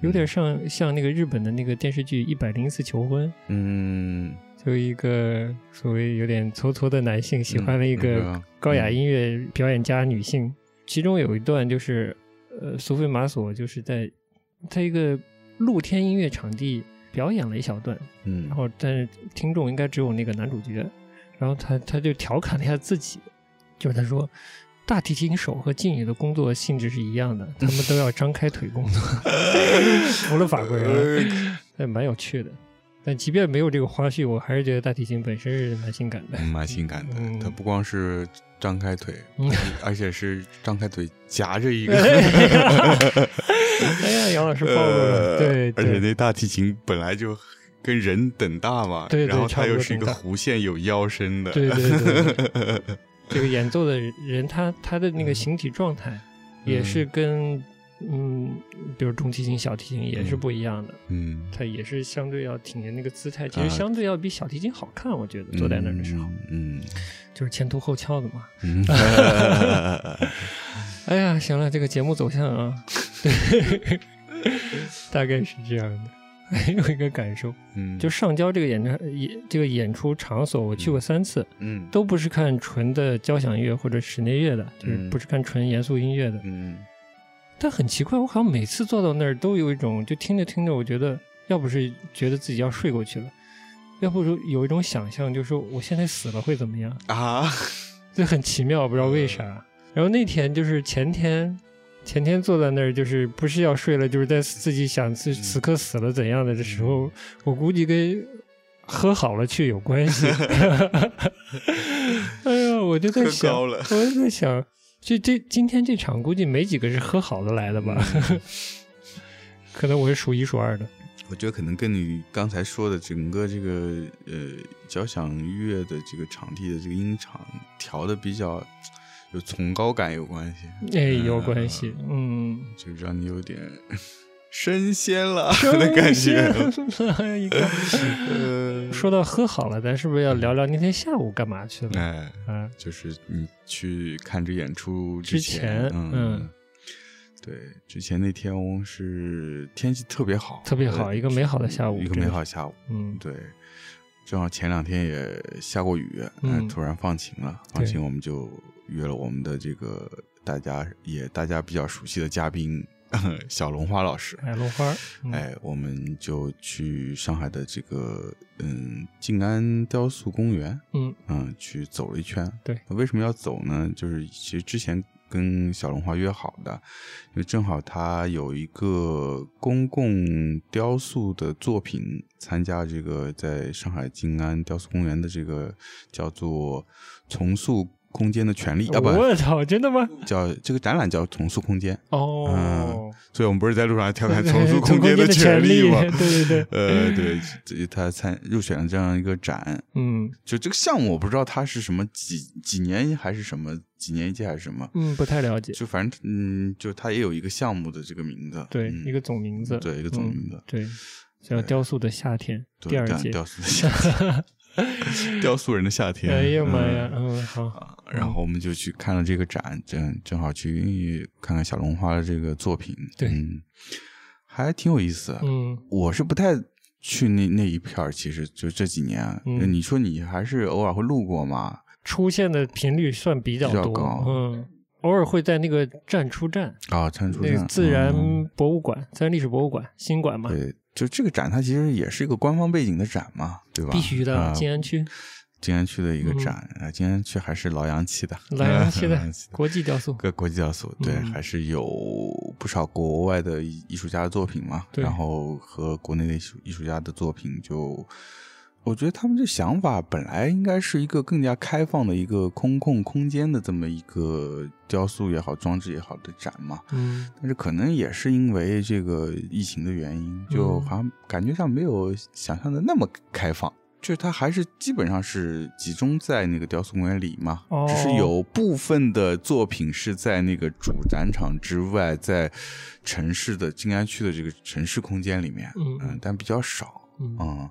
有点像像那个日本的那个电视剧《一百零一次求婚
嗯，》，
就一个所谓有点挫挫的男性喜欢了一
嗯
个高雅音乐表演家女性，其中有一段就是呃苏菲玛索就是在在一个露天音乐场地表演了一小段，
嗯
然后但是听众应该只有那个男主角，然后他他就调侃了一下自己，就是他说。大提琴手和妓女的工作性质是一样的，他们都要张开腿工作， 服了法国人了，但蛮有趣的。但即便没有这个花絮，我还是觉得大提琴本身是蛮性感的。
嗯蛮性感的，
嗯
他不光是张开腿
嗯，
而且是张开腿夹着一
哎
个。
呀，哎呀杨老师暴露了，
呃
对
而且
对
那大提琴本来就跟人等大嘛，
对对
然后它
差不多
又是一
等
个
大
弧线有腰身的，
对对对，这个演奏的人他他的那个形体状态也是跟嗯，比如中提琴、小提琴也是不一样的，
嗯，
他也是相对要挺那个姿态，其
啊
实相对要比小提琴好看，我觉得坐在那儿的时候
嗯，
就是前凸后翘的嘛。
嗯，
哎呀，行了，这个节目走向啊，对， 大概是这样的。 还有一个感受，
嗯，
就上交这个演唱演这个演出场所，我去过三次，
嗯
都不是看纯的交响乐或者室内乐的，就是
嗯
不是看纯严肃音乐的。
嗯
但很奇怪，我好像每次坐到那儿都有一种，就听着听着，我觉得要不是觉得自己要睡过去了，要不说有一种想象，就是说我现在死了会怎么样，
啊，嗯
就很奇妙，不知道为啥。然后那天就是前天。前天坐在那儿，就是不是要睡了，就是在自己想
嗯
此此刻死了怎样的的时候，我估计跟喝好了去有关 系。哎呀，我就在
喝
想，
高了，
我就在想，这这今天这场估计没几个是喝好的来的吧？
嗯
可能我是数一数二的。
我觉得可能跟你刚才说的整个这个呃交响乐的这个场地的这个音场调的比较有崇高感有关系，
哎，有关系，嗯，
就让你有点升仙了的感觉。
哎一看
呃，
说到喝好了，咱是不是要聊聊那天下午干嘛去了？
哎，
啊，
就是你去看这演出
之
前
前，嗯
嗯。对，之前那天是天气特别好，
特别好
呃
一个美好的下午
一个
真
美
是
好的下午，
嗯，
对，正好前两天也下过雨，
嗯
哎突然放晴了，放
对
晴我们就约了我们的这个大家也大家比较熟悉的嘉宾 小龙花老师，
哎，龙花儿，嗯，
哎，我们就去上海的这个嗯静安雕塑公园，
嗯
嗯，去走了一圈。
对，
为什么要走呢？就是其实之前跟小龙花约好的，因为正好他有一个公共雕塑的作品参加这个在上海静安雕塑公园的这个叫做“重塑空间的权利”啊，不
我操，真的吗？
叫这个展览叫“重塑空间”。
哦，
所以我们不是在路上调侃重
从
塑
空
空间
的
权
利
吗？
对对对，
呃，对，这他参入选了这样一个展，
嗯
就这个项目我不知道它是什么几几年还是什么几年一届还是什么，
嗯，不太了解，
就反正嗯，就它也有一个项目的这个名字，
对，
嗯
一个总名字，
对一个总
嗯
名字，
对，叫《雕塑的夏天》
对
第二
雕
季。
雕塑的夏 天，雕塑人的夏天，
哎呀妈
嗯
呀，嗯，好，
啊然后我们就去看了这个展，正正好去看看小龙花的这个作品，
对
嗯，还挺有意思，
嗯，
我是不太去那那一片儿，其实就这几年啊，
嗯
你说你还是偶尔会路过嘛，
出现的频率算比较
比较
多
高，
嗯，偶尔会在那个站出站，
啊，参出
那
站
个自然
嗯
博物馆、自然历史博物馆新馆嘛，
对，就这个展它其实也是一个官方背景的展嘛，对吧？
必须的，
啊
静安区
静安区的一个
嗯
展，啊，静安区还是老洋气的，
莱阳区 的
老洋气
国际雕塑，
各国际雕塑，对，
嗯
还是有不少国外的艺艺术家的作品嘛，
对
然后和国内的艺术艺术家的作品就。我觉得他们这想法本来应该是一个更加开放的一个空控空间的这么一个雕塑也好、装置也好的展嘛，
嗯，
但是可能也是因为这个疫情的原因，就
嗯
好像感觉上没有想象的那么开放。就是它还是基本上是集中在那个雕塑公园里嘛，
哦
只是有部分的作品是在那个主展场之外，在城市的静安区的这个城市空间里面，
嗯
但比较少，
嗯
嗯。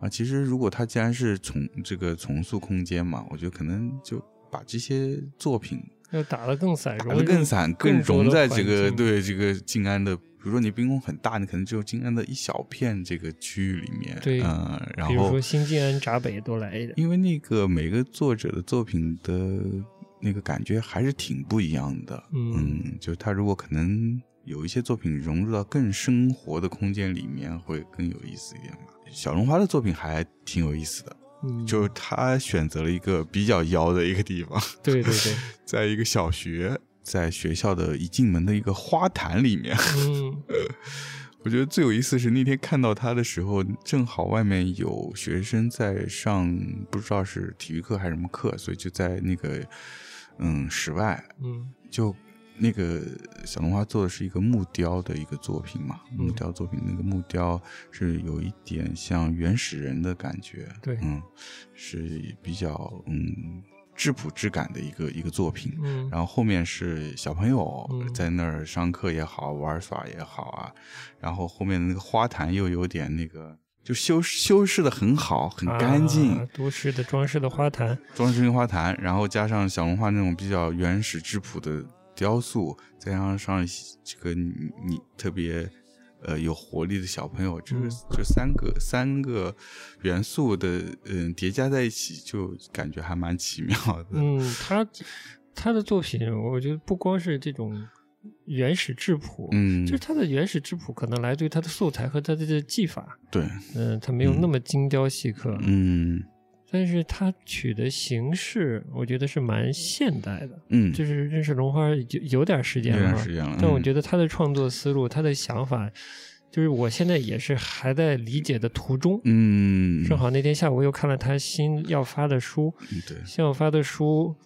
啊，其实如果它既然是重这个重塑空间嘛，我觉得可能就把这些作品
要打得更散，
打
融
得
入
更散，更
多
融
的
在
环
这个
境，
对这个静安的，比如说你冰宫很大，你可能只有静安的一小片这个区域里面，
对
嗯，然
比如
后
说新晋安、闸北都来一点。
因为那个每个作者的作品的那个感觉还是挺不一样的，
嗯
嗯，就是他如果可能有一些作品融入到更生活的空间里面，会更有意思一点吧。小龙花的作品还挺有意思的，
嗯，
就是他选择了一个比较妖的一个地方，
对对对，
在一个小学，在学校的一进门的一个花坛里面。
嗯
我觉得最有意思是那天看到他的时候，正好外面有学生在上，不知道是体育课还是什么课，所以就在那个嗯室外，
嗯
就那个小龙花做的是一个木雕的一个作品嘛，
嗯
木雕作品那个木雕是有一点像原始人的感觉，
对
嗯，是比较嗯质朴质感的一个一个作品，
嗯，
然后后面是小朋友
嗯
在那儿上课也好，玩耍也好啊，然后后面的那个花坛又有点那个，就修修饰的很好，很干净，
啊都市的装饰的花坛，
装饰性花坛，然后加上小龙花那种比较原始质朴的雕塑，再加上这个你你特别呃有活力的小朋友，这
嗯
这三个三个元素的嗯叠加在一起，就感觉还蛮奇妙的。
嗯，他他的作品，我觉得不光是这种原始质朴，
嗯
就是他的原始质朴可能来自于他的素材和他的技法，
对，
嗯，他没有那么精雕细刻，
嗯
但是他取的形式，我觉得是蛮现代的。
嗯，
就是认识龙花有有点时间
有
了
点
哈，
时间了
但我
嗯
觉得他的创作思路、他的想法，就是我现在也是还在理解的途中。
嗯，
正好那天下午又看了他新要发的书，
嗯对，
新要发的书，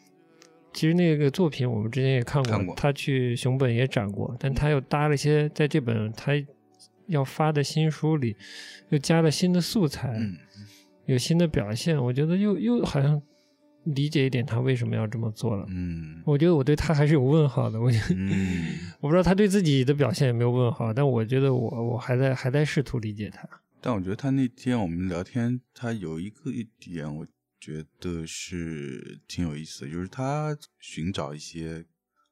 其实那个作品我们之前也看过，
看过
他去熊本也展过，但他又搭了一些在这本他要发的新书里又加了新的素材，
嗯
有新的表现，我觉得又又好像理解一点他为什么要这么做了。
嗯
我觉得我对他还是有问号的，我觉得
嗯。
我不知道他对自己的表现有没有问号，但我觉得我我还在还在试图理解他。
但我觉得他那天我们聊天，他有一个一点，我觉得是挺有意思的，就是他寻找一些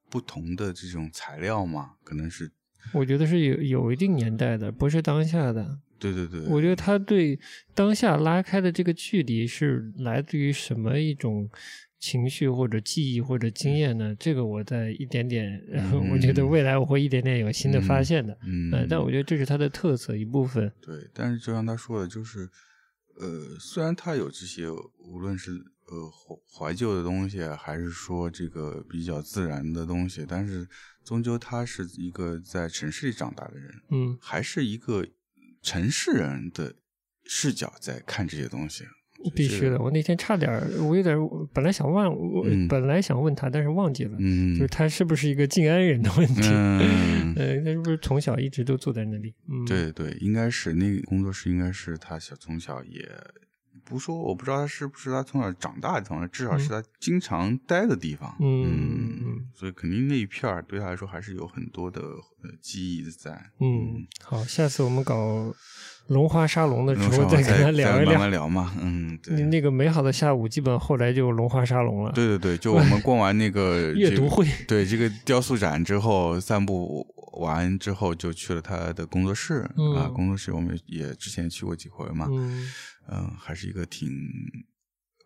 不同的这种材料嘛，可能是
我觉得是有有一定年代的，不是当下的。
对对对，
我觉得他对当下拉开的这个距离是来自于什么一种情绪或者记忆或者经验呢？这个我在一点点，
嗯
我觉得未来我会一点点有新的发现的。
嗯，
呃，但我觉得这是他的特色一部分。
对，
嗯
但是就像他说的，就是，呃，虽然他有这些，无论是呃怀怀旧的东西，啊还是说这个比较自然的东西，但是终究他是一个在城市里长大的人，
嗯
还是一个城市人的视角在看这些东西。啊
必须的，我那天差点儿，我有点儿，本来想问，我
嗯
本来想问他，但是忘记了，
嗯，
就是他是不是一个静安人的问题？，
嗯
呃，他是不是从小一直都坐在那里？嗯，，
对对，应该是那个工作室，应该是他小从小也不说，我不知道他是不是他从小长大的地方，至少是他经常待的地方。
嗯嗯嗯
所以肯定那一片儿对他来说还是有很多的呃记忆在。
嗯，好，下次我们搞龙花沙龙的时
那
候
我
再
再
跟他聊
慢
一聊。
慢聊嘛。嗯，
你
对。
那个美好的下午，基本后来就龙花沙龙了。
对对对，就我 们逛完那个
阅读会
这个对这个雕塑展之后，散步完之后就去了他的工作室、
嗯
啊，工作室我们也之前去过几回嘛，
嗯，
嗯、还是一个挺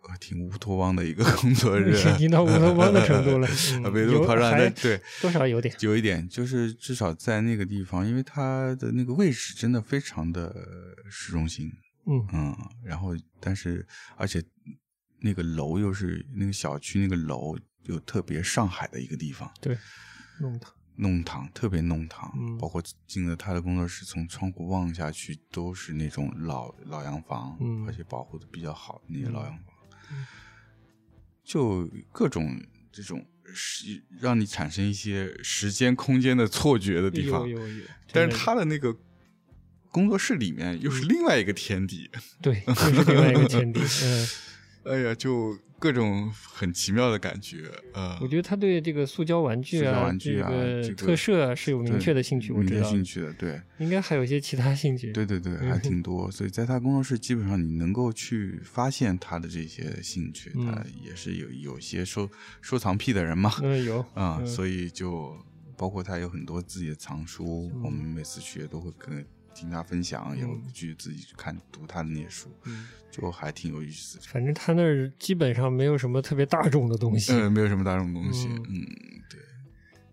呃挺乌托邦的一个 工 作日，，
已经到乌托邦的程度 了
啊
嗯
维度
有
夸张，
还
但对，
多少有点。
有一点就是至少在那个地方，因为它的那个位置真的非常的市中心，
嗯
嗯，然后但是而且那个楼又是那个小区那个楼又特别上海的一个地方，
对，弄堂。
弄堂特别弄堂，
嗯
包括进了他的工作室，从窗户望下去都是那种老老洋房，
嗯
而且保护的比较好的那些
嗯
老洋房，就各种这种时让你产生一些时间空间的错觉的地方，
有有有，
但是
真的
他的那个工作室里面又
嗯
是另外一个天地。
对， 这是另外一 个前提。嗯，
哎呀，就各种很奇妙的感觉，呃，
我觉得他对这个塑胶玩具
塑
啊、
胶玩具啊这个
这个特摄啊是有明确的兴趣，我
明
知
确
道。
兴趣的，对，
应该还有一些其他兴趣。
对对对，还挺多。所以在他工作室，基本上你能够去发现他的这些兴趣，
嗯
他也是有有些收收藏癖的人嘛，
嗯，有
啊、
嗯
所以就包括他有很多自己的藏书，
嗯
我们每次去也都会跟听他分享，也会
嗯
去自己去看读他的那些书，
嗯
就还挺有意 思。
反正他那儿基本上没有什么特别大众的东西。
嗯，没有什么大众东西，
嗯
嗯，对，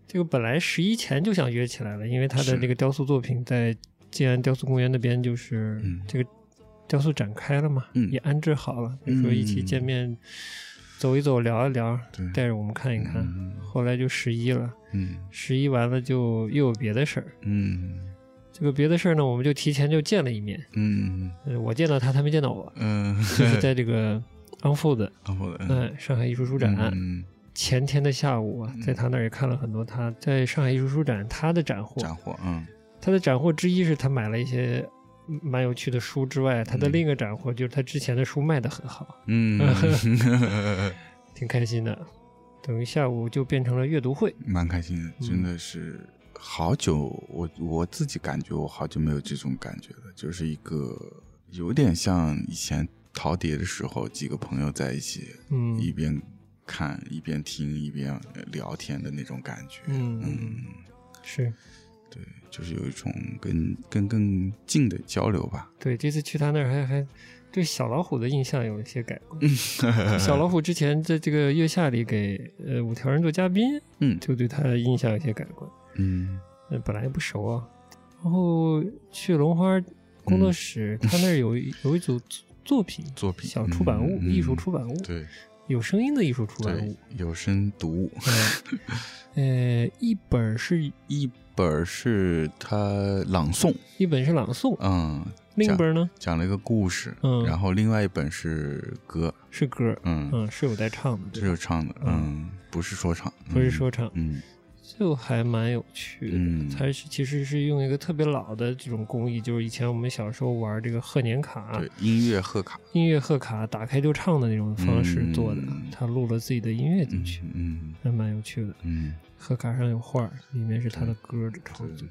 这个本来十一前就想约起来了，因为他
是
的这个雕塑作品在静安雕塑公园那边就是
嗯
这个雕塑展开了嘛，
嗯
也安置好了，比如说一起见面走一走、聊一聊
对，
带着我们看一看。
嗯
后来就十一了，
嗯
十一完了就又有别的事儿。
嗯
这个别的事儿呢，我们就提前就见了一面。
嗯
呃，我见到他，他没见到 我，
嗯，
就是在这个 Unfold，
啊我的
嗯，上海艺术书展、
嗯
前天的下午啊，在他那儿也看了很多他在上海艺术书展他的展货。
斩获，嗯
他的斩获之一是他买了一些嗯蛮有趣的书之外，他的
嗯
另一个斩获就是他之前的书卖的很好，
嗯，
挺开心的。等于下午就变成了阅读会，
蛮开心的，
嗯
真的是好久，我我自己感觉我好久没有这种感觉了，就是一个有点像以前淘碟的时候，几个朋友在一起，
嗯
一边看一边听一边聊天的那种感觉，
嗯
嗯，
是
对，就是有一种跟跟更近的交流吧，
对这次去他那儿还还对小老虎的印象有一些改观。
嗯
小老虎之前在这个月下里给呃五条人做嘉宾，
嗯
就对他印象有些改观。
嗯
呃，本来也不熟啊。然后去龙花工作室，他那儿有一有一组作品，
嗯作品
小出版物、
嗯
艺术
嗯
出版物，
对
有声音的艺术出版
对
物。，嗯
有声读物。
呃，一本是
一本儿是他朗诵，
一本是朗诵，
嗯，
另一本呢
讲了一个故事，
嗯
然后另外一本是歌，
是歌，
嗯，
嗯，是有在唱的，
这
对吧
是唱的，嗯，不是说唱，
不是说唱，
嗯，
就还蛮有趣
嗯
的。它是其实是用一个特别老的这种工艺，就是以前我们小时候玩这个贺年
嗯，
卡、
对，音乐贺卡，
音乐贺卡，打开就唱的那种方式做的
嗯。
他录了自己的音乐进
嗯
去，
嗯
还蛮有趣的。
嗯，
贺卡上有画儿，里面是他的歌的创
对
作，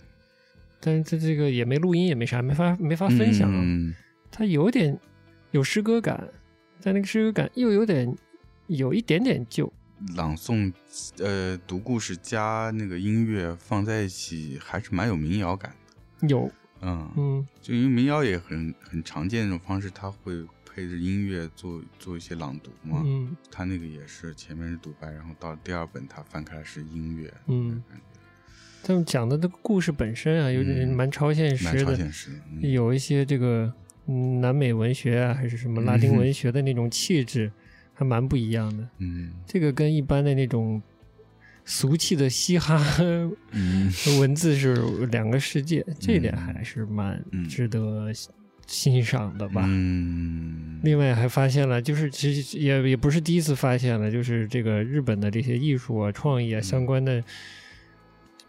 但是他这个也没录音，也没啥，没法没法分享啊。
嗯
它有点有诗歌感，但那个诗歌感又有点有一点点旧。
朗诵，呃，读故事加那个音乐放在一起，还是蛮有民谣感的，
有，
嗯，
嗯，
就因为民谣也很很常见的一种方式，它会配着音乐做做一些朗读嘛，
嗯
他那个也是前面是独白，然后到第二本他翻开来是音乐，
嗯，他们讲的这个故事本身啊，有点
嗯
蛮超现
蛮
实
超
的，
现实的。嗯
有一些这个嗯南美文学啊，还是什么拉丁文学的那种气质，还蛮不一样的。
嗯
这个跟一般的那种俗气的嘻哈
嗯
文字是两个世界，这点还是蛮
嗯
值得欣欣赏的吧。
嗯，
另外还发现了，就是其实也也不是第一次发现了，就是这个日本的这些艺术啊、创
嗯
意啊相关的，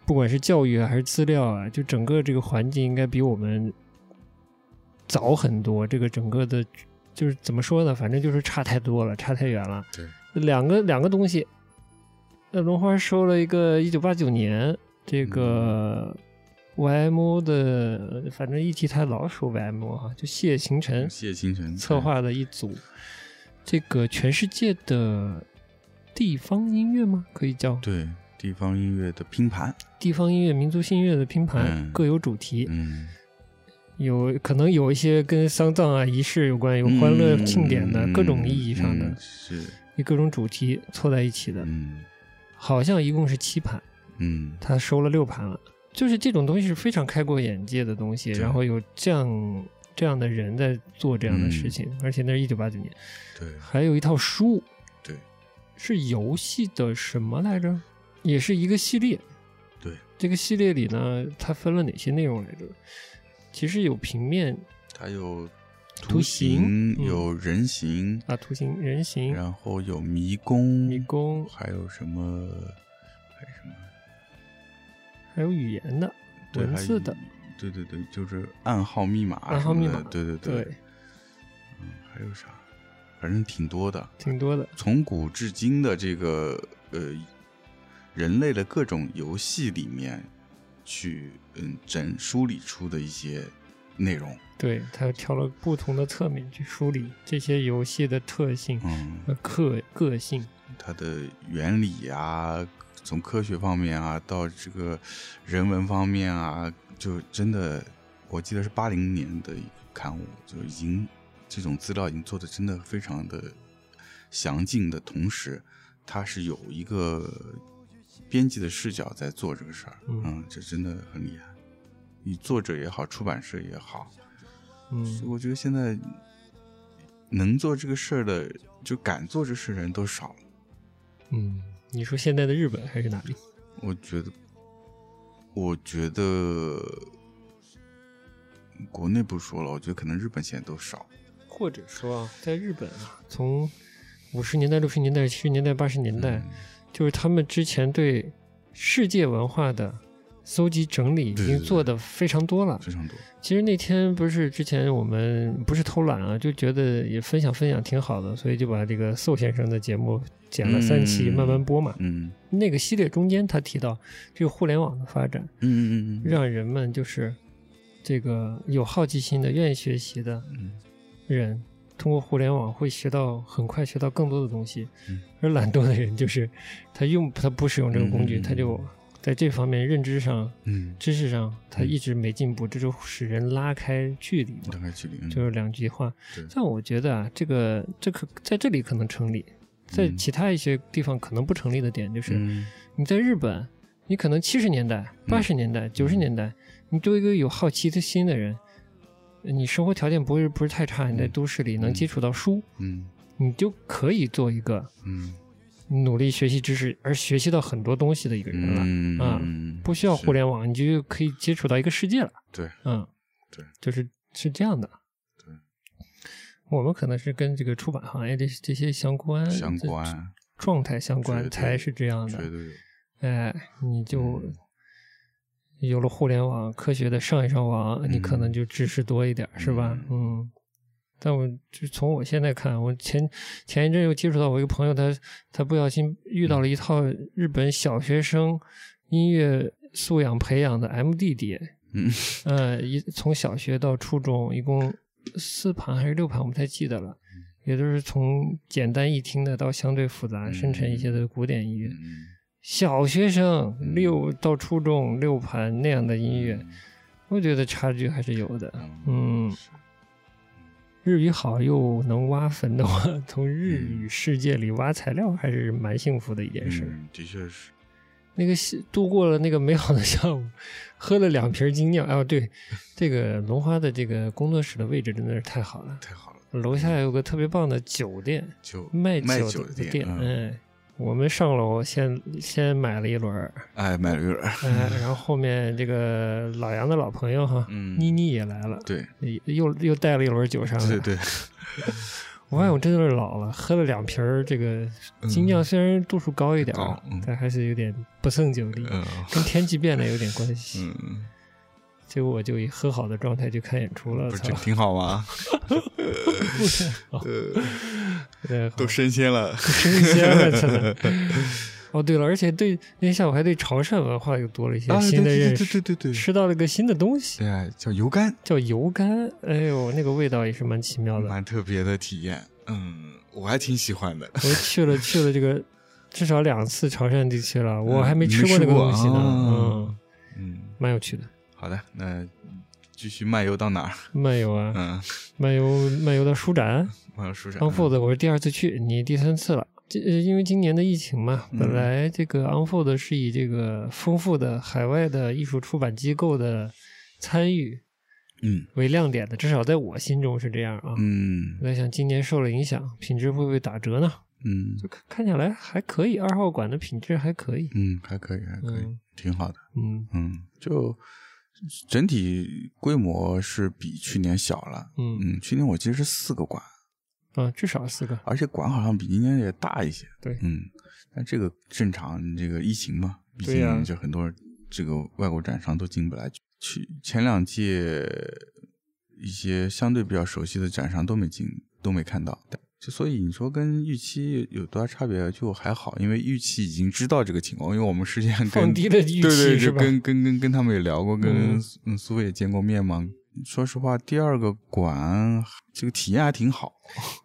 不管是教育啊还是资料啊，就整个这个环境应该比我们早很多。这个整个的，就是怎么说呢？反正就是差太多了，差太远了。
对，
两个两个东西，那龙花收了一个一九八九年这个
嗯
YMO 的，反正一提他老说 YMO 哈，就谢行辰。
谢星辰
策划的一组，这个全世界的地方音乐吗？可以叫
对地方音乐的拼盘，
地方音乐、民族性音乐的拼盘，
嗯
各有主题，
嗯，
有可能有一些跟丧葬啊、仪式有关，有欢乐庆典的、
嗯
各种意义上的
嗯，是，
有各种主题凑在一起的，
嗯
好像一共是七盘，
嗯
他收了六盘了。就是这种东西是非常开阔眼界的东西，
对
然后有这样这样的人在做这样的事
嗯
情，而且那是一九八九年，
对
还有一套书，
对
是游戏的什么来着？也是一个系列。
对，
这个系列里呢，它分了哪些内容来着？其实有平面
它有
图形嗯
有人形，
啊，图形、人形、
然后有迷宫，
迷，宫，
还有什么？还有什么？
还有语言的、
对
文
还有
字的。
对对对，就是暗号密码
暗
什
号
么
密
的
码，
对对
对，
嗯，还有啥？反正挺多的。
挺多的。
从古至今的这个呃人类的各种游戏里面去嗯整梳理出的一些内容，
对，他挑了不同的侧面去梳理这些游戏的特性
嗯，
和个个性。
它的原理啊，从科学方面啊到这个人文方面啊，就真的我记得是八零年的一个刊物，就已经这种资料已经做的真的非常的详尽的同时，它是有一个编辑的视角在做这个事儿，
嗯
嗯，这真的很厉害。你作者也好，出版社也好，
嗯，
我觉得现在能做这个事儿的，就敢做这事儿的人都少了。
嗯，你说现在的日本还是哪里？
我觉得，我觉得国内不说了，我觉得可能日本现在都少。
或者说啊，在日本啊，从五十年代、六十年代、七十年代、八十年代，就是他们之前对世界文化的搜集整理已
对对
经
对
做的非常多了。
非常多。
其实那天不是之前我们不是偷懒啊，就觉得也分享分享挺好的，所以就把这个宋先生的节目剪了三期，
嗯
慢慢播嘛。
嗯
那个系列中间他提到，这个互联网的发展
嗯嗯嗯嗯
让人们就是这个有好奇心的、愿意学习的
嗯
人，通过互联网会学到很快学到更多的东西
嗯，
而懒惰的人就是他用他不使用这个工具，
嗯嗯嗯
他就在这方面认知上、
嗯，
知识上他
嗯
一直没进步，这就使人拉开距离嘛
大。概距离嗯
就是两句话
对。
但我觉得啊，这个这可在这里可能成立，在
嗯
其他一些地方可能不成立的点就是，
嗯
你在日本，你可能七十年代、八十年代、
嗯
九十年代，你作为一个有好奇的心的人，你生活条件不是不是太差，你在
嗯
都市里能
嗯
接触到书，
嗯
你就可以做一个
嗯
努力学习知识而学习到很多东西的一个人了。
嗯
啊
嗯
不需要
是
互联网，你就可以接触到一个世界了。
对，
嗯，
对，
就是是这样的。
对，
我们可能是跟这个出版行业这些这些相关
相
这
关，
状态相
绝对
关，才是这样
绝
的。
对有
哎，你就
嗯
有了互联网，科学的上一上网，你可
嗯
能就知识多一点，是吧？嗯。但我就从我现在看，我前前一阵又接触到我一个朋友，他他不小心遇到了一套日本小学生音乐素养培养的 MD 碟，
嗯
呃，一从小学到初中一共四盘还是六盘，我不太记得了，
嗯
也就是从简单易听的到相对复杂、深沉一些的古典音乐。
嗯
小学生六到初中六盘那样的音乐，
嗯
我觉得差距还是有的。嗯，日语好又能挖坟的话， 从日语世界里挖材料还是蛮幸福的一件事。
嗯嗯，的确是
那个西度过了那个美好的下午，喝了两瓶精酿。哦，对，这个龙花的这个工作室的位置真的是太好了，
太好了，
楼下有个特别棒的酒店，
就
卖
卖
酒
酒
的
店
店。
嗯
哎，我们上楼先先买了一轮儿，
哎买了个 人，
哎，然后后面这个老杨的老朋友哈，
嗯
妮妮也来了，
对
也又又带了一轮酒上来。
对对，
我发现我真的是老了，喝了两瓶儿这个精酿，虽然度数高一点儿
嗯高嗯，
但还是有点不胜酒力，
嗯
跟天气变了有点关系。
嗯，
结果我就以喝好的状态去看演出了，
不是
操
挺，挺好 吗？
对，
都升仙 了，
真鲜了，真的。哦，对了，而且对那天下午还对潮汕文化又多了一些
啊，
新的
对对
认
对对
识，
对对对，
吃到了个新的东西，
对啊，叫油干，
叫油干。哎呦，那个味道也是蛮奇妙的。
蛮特别的体验。嗯，我还挺喜欢的。
我去了去了这个至少两次潮汕地区了，我还没
你
吃
嗯没
过
吃
那个
过
东西呢。
啊
嗯，
嗯，
蛮有趣的。
好的，那继续漫游到哪儿？
漫游啊，
嗯，
漫游漫游到书展，
漫游书展。嗯
昂 Fold 我是第二次去，你第三次了。这呃因为今年的疫情嘛，
嗯
本来这个 o n f o l d 是以这个丰富的海外的艺术出版机构的参与
嗯
为亮点的，至少在我心中是这样啊。我
嗯
在想今年受了影响，品质会不会打折呢？
嗯
就看看起来还可以，二号馆的品质还可以。
嗯，还可以，还可以
嗯，
挺好的。
嗯
嗯，就整体规模是比去年小了。
嗯
嗯，去年我记得是四个馆，
啊，至少四个。
而且馆好像比今年也大一些。
对
嗯，但这个正常，这个疫情嘛，毕
对呀
竟就很多这个外国展商都进不来，去前两届一些相对比较熟悉的展上都没进，都没看到。就所以你说跟预期有多大差别？就还好，因为预期已经知道这个情况，因为我们之前跟
放低了预期
对对，
是
就
吧
跟跟跟跟他们也聊过，跟
嗯
苏嗯苏伟也见过面嘛。说实话，第二个馆这个体验还挺好。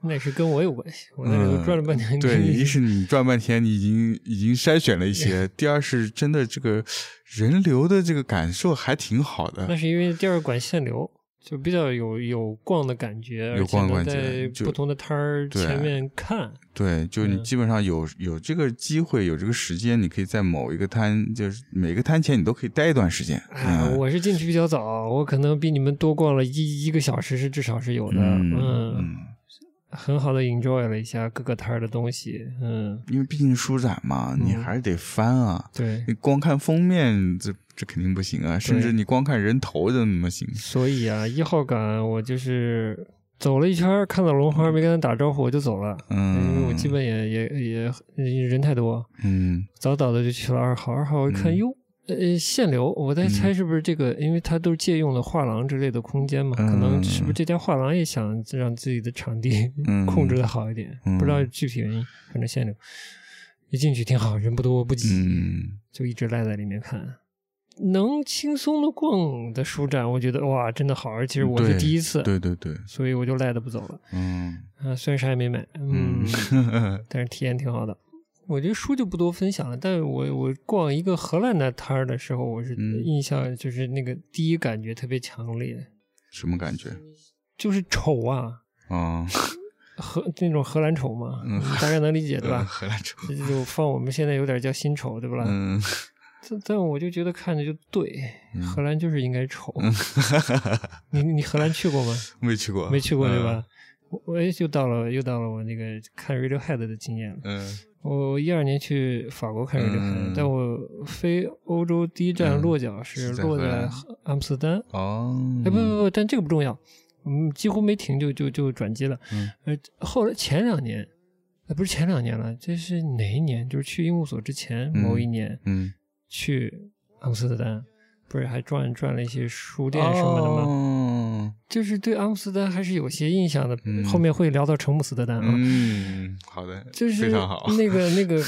那是跟我有关系，我在里头转了半天。
嗯 对， 一是你转半天，你已经已经筛选了一 些；第二是真的这个人流的这个感受还挺好
那
的，
是因为第二馆限流，就比较有有逛的感觉，
有逛的
而
感
且
觉
能在
就
不同的摊儿
对
前面看，
对，就你
嗯
基本上有有这个机会，有这个时间，你可以在某一个摊，就是每个摊前你都可以待一段时间。
哎，
嗯
我是进去比较早，我可能比你们多逛了一一个小时，是至少是有的。
嗯
嗯，
嗯，
很好的 enjoy 了一下各个摊儿的东西。嗯，
因为毕竟书展嘛，你
嗯
还是得翻啊，
对，
你光看封面这这肯定不行啊，甚至你光看人头都那么行。
所以啊，一号馆我就是走了一圈儿，看到龙花没跟他打招呼，我就走了。因为
嗯，
哎我基本也也也人太多，
嗯
早早的就去了二号。二号一看
嗯
哟。呃，限流，我在猜是不是这个，因为它都借用了画廊之类的空间嘛，
嗯
可能是不是这家画廊也想让自己的场地
嗯
控制的好一点，
嗯
不知道具体原因，反正限流。一进去挺好，人不多不挤，
嗯，
就一直赖在里面看。能轻松的逛的书展，我觉得哇，真的好，而且我是
对
第一次，
对对对，
所以我就赖的不走了。
嗯
啊，虽然啥也没买，嗯，
嗯
但是体验挺好的。我这书就不多分享了，但我我逛一个荷兰的摊儿的时候，我是
嗯
印象就是那个第一感觉特别强烈，
什么感觉？
就是丑啊，
啊，
荷那种荷兰丑嘛，
嗯
大家能理解对吧？
荷兰丑，
这就放我们现在有点叫新丑，对不啦？
嗯，
但但我就觉得看着就对，荷兰就是应该丑。 你你荷兰去过 吗？
没去过，
没去过对吧？我我也就到了又到了我那个看 Radiohead 的经验了。
嗯？嗯，
我一二年去法国看 Radiohead，、
嗯
但我飞欧洲第一站
嗯
落脚是
是在
落
荷
在
兰
阿姆斯特丹。
哦，
哎，不不不，但这个不重要。嗯，几乎没停就就就转机了。
嗯
呃，后来前两年，呃，不是前两年了，这是哪一年？就是去医务所之前
嗯
某一年，
嗯，
去阿姆斯特丹，不是还转转了一些书
古
店什么的
哦
吗？
吗？
就是对阿姆斯特丹还是有些印象的。
嗯
后面会聊到成姆斯特丹啊，
嗯，好的，
就是
非常好，
那个 那个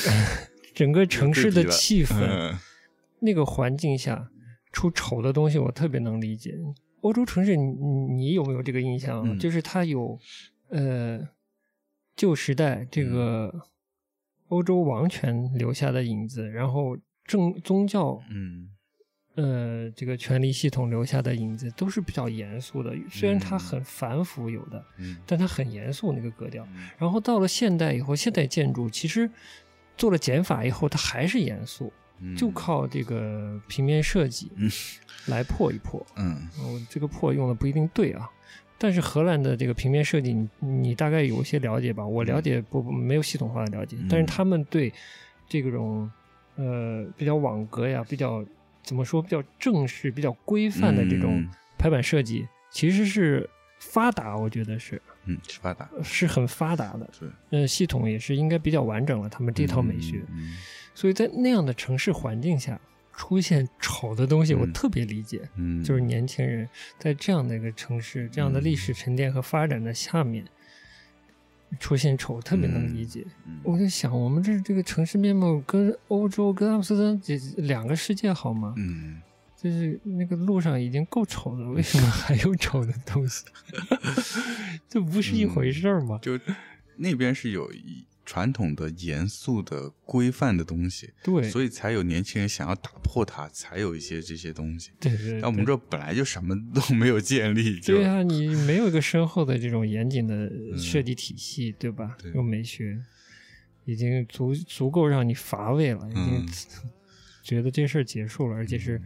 整个城市的气氛，
嗯
那个环境下出丑的东西，我特别能理解。欧洲城市你，你你有没有这个印象啊？
嗯
就是它有呃旧时代这
嗯
个欧洲王权留下的影子，然后政宗教
嗯
呃，这个权力系统留下的影子都是比较严肃的，虽然它很繁复有的，
嗯
但它很严肃那个格调。
嗯
然后到了现代以后，现代建筑其实做了减法以后，它还是严肃，
嗯
就靠这个平面设计
嗯
来破一破。
嗯
我这个破用的不一定对啊，但是荷兰的这个平面设计你，你大概有一些了解吧？我了解不不没有系统化的了解
嗯，
但是他们对这种呃比较网格呀，比较怎么说，比较正式、比较规范的这种
嗯
排版设计，其实是发达，我觉得是
嗯，吃发达，
是很发达的。
对，
呃，系统也是应该比较完整了，他们这套美学，
嗯
所以在那样的城市环境下出现丑的东西，我
嗯
特别理解。
嗯，
就是年轻人在这样的一个城市、这样的历
嗯
史沉淀和发展的下面，出现丑，特别能理解。
嗯
我在想，我们这这个城市面貌跟欧洲、跟阿姆斯特丹这两个世界好吗？
嗯，
就是那个路上已经够丑了，为什么还有丑的东西？ 这不是一回事儿吗？
就那边是有一传统的严肃的规范的东西，
对，
所以才有年轻人想要打破它，才有一些这些东西。
对对，
那我们
对
这本来就什么都没有建立，就嗯
对啊，你没有一个深厚的这种严谨的设计体系，对吧？
对
用美学已经足足够让你乏味了，已经
嗯
觉得这事儿结束了，而且是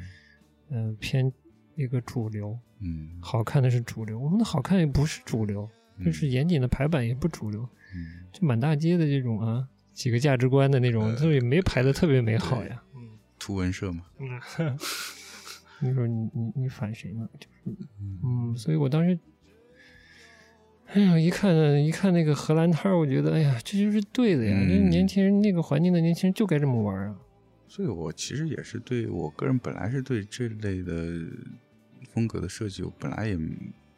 嗯、呃偏一个主流，
嗯，
好看的是主流，我们的好看也不是主流，
嗯
就是严谨的排版也不主流，
嗯
这满大街的这种啊几个价值观的那
呃
种，这也没排的特别美好呀。
图文社嘛，
嗯，你说你你你反谁呢？就是，嗯，所以我当时，哎呀，一看一看那个荷兰摊儿，我觉得，哎呀，这就是对的呀，
嗯
这年轻人那个环境的年轻人就该这么玩儿啊。
所以我其实也是对我个人本来是对这类的风格的设计，我本来也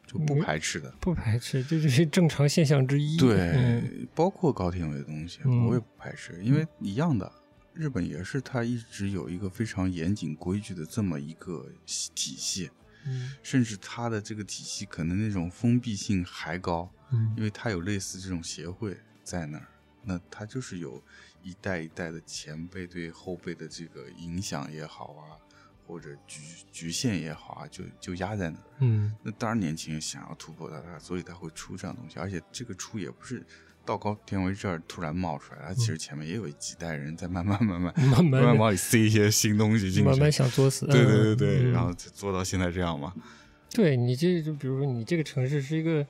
就不
嗯
排斥的。
不排斥，这就是正常现象之一。嗯
对，包括高田伟的东西，
嗯
我也不排斥，因为一样的，日本也是它一直有一个非常严谨规矩的这么一个系体系，
嗯
甚至它的这个体系可能那种封闭性还高，
嗯
因为它有类似这种协会在那儿，那它就是有一代一代的前辈对后辈的这个影响也好啊，或者局局限也好啊，就就压在那儿。
嗯
那当然，年轻人想要突破它，它所以他会出这样东西，而且这个出也不是到高天为这儿突然冒出来，它其实前面也有几代人在慢慢慢慢、
嗯慢
慢慢
慢
往里塞一些新东西进去，
慢慢想作死。
对对对对，
嗯
然后就做到现在这样嘛。
对你这就比如说你这个城市是一个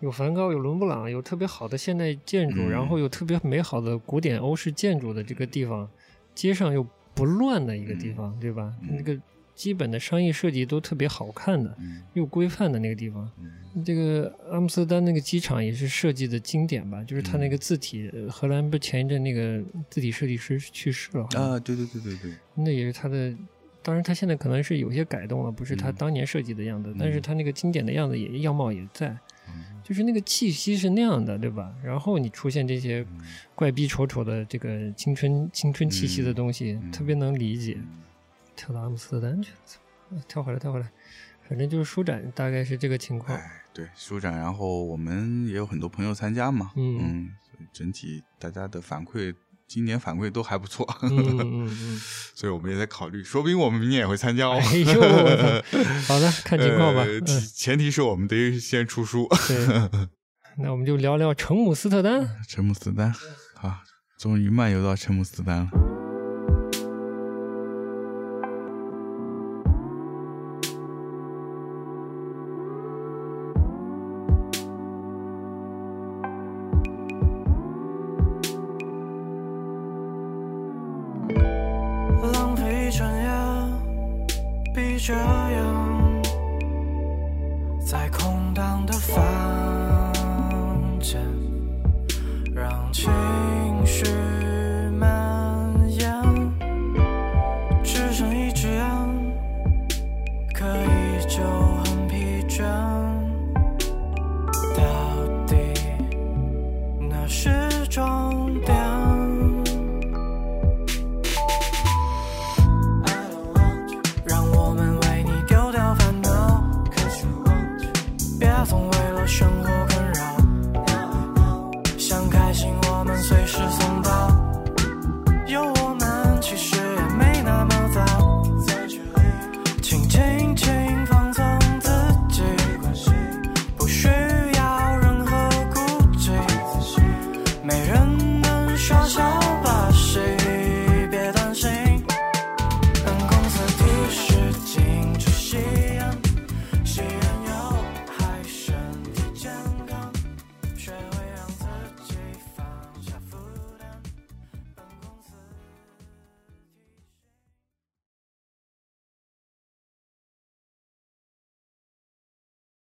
有梵高、有伦勃朗、有特别好的现代建筑，
嗯
然后有特别美好的古典欧式建筑的这个地方，街上又不乱的一个地方，对吧？
嗯
那个基本的商业设计都特别好看的，
嗯
又规范的那个地方。
嗯
这个阿姆斯特丹那个机场也是设计的经典吧，就是
嗯
它那个字体，呃荷兰不是前一阵那个字体设计师去世了，好像
啊，对对对对对，
那也是他的，当然他现在可能是有些改动了，不是他
嗯
当年设计的样子，但是
嗯
他那个经典的样子也样貌也在，
嗯
就是那个气息是那样的，对吧？然后你出现这些
嗯
怪逼丑丑的这个青春青春气息的东西，
嗯
特别能理解。
嗯
跳到阿姆斯特丹去了操，啊跳回来跳回来，反正就是舒展大概是这个情况。
哎，对，书展，然后我们也有很多朋友参加嘛，
嗯
嗯，所以整体大家的反馈，今年反馈都还不错，
嗯嗯嗯嗯，
所以我们也在考虑，说不定我们明年也会参加哦。
哎呦，我操好的，看情况吧。
呃
嗯，
前前提是我们得先出书。
对， 那我们就聊聊成姆斯特丹。
陈姆斯丹，啊，终于漫游到陈姆斯丹了。
浪费转眼，闭着眼，在空荡的房间，让情绪蔓延，只剩一支烟，可依旧很疲倦。到底哪是终点？让我们为你丢掉烦恼，别总为了生活困扰。想开心，我们随时送到。有我们，其实也没那么糟。请轻轻放松自己，不需要任何顾忌。没人能傻傻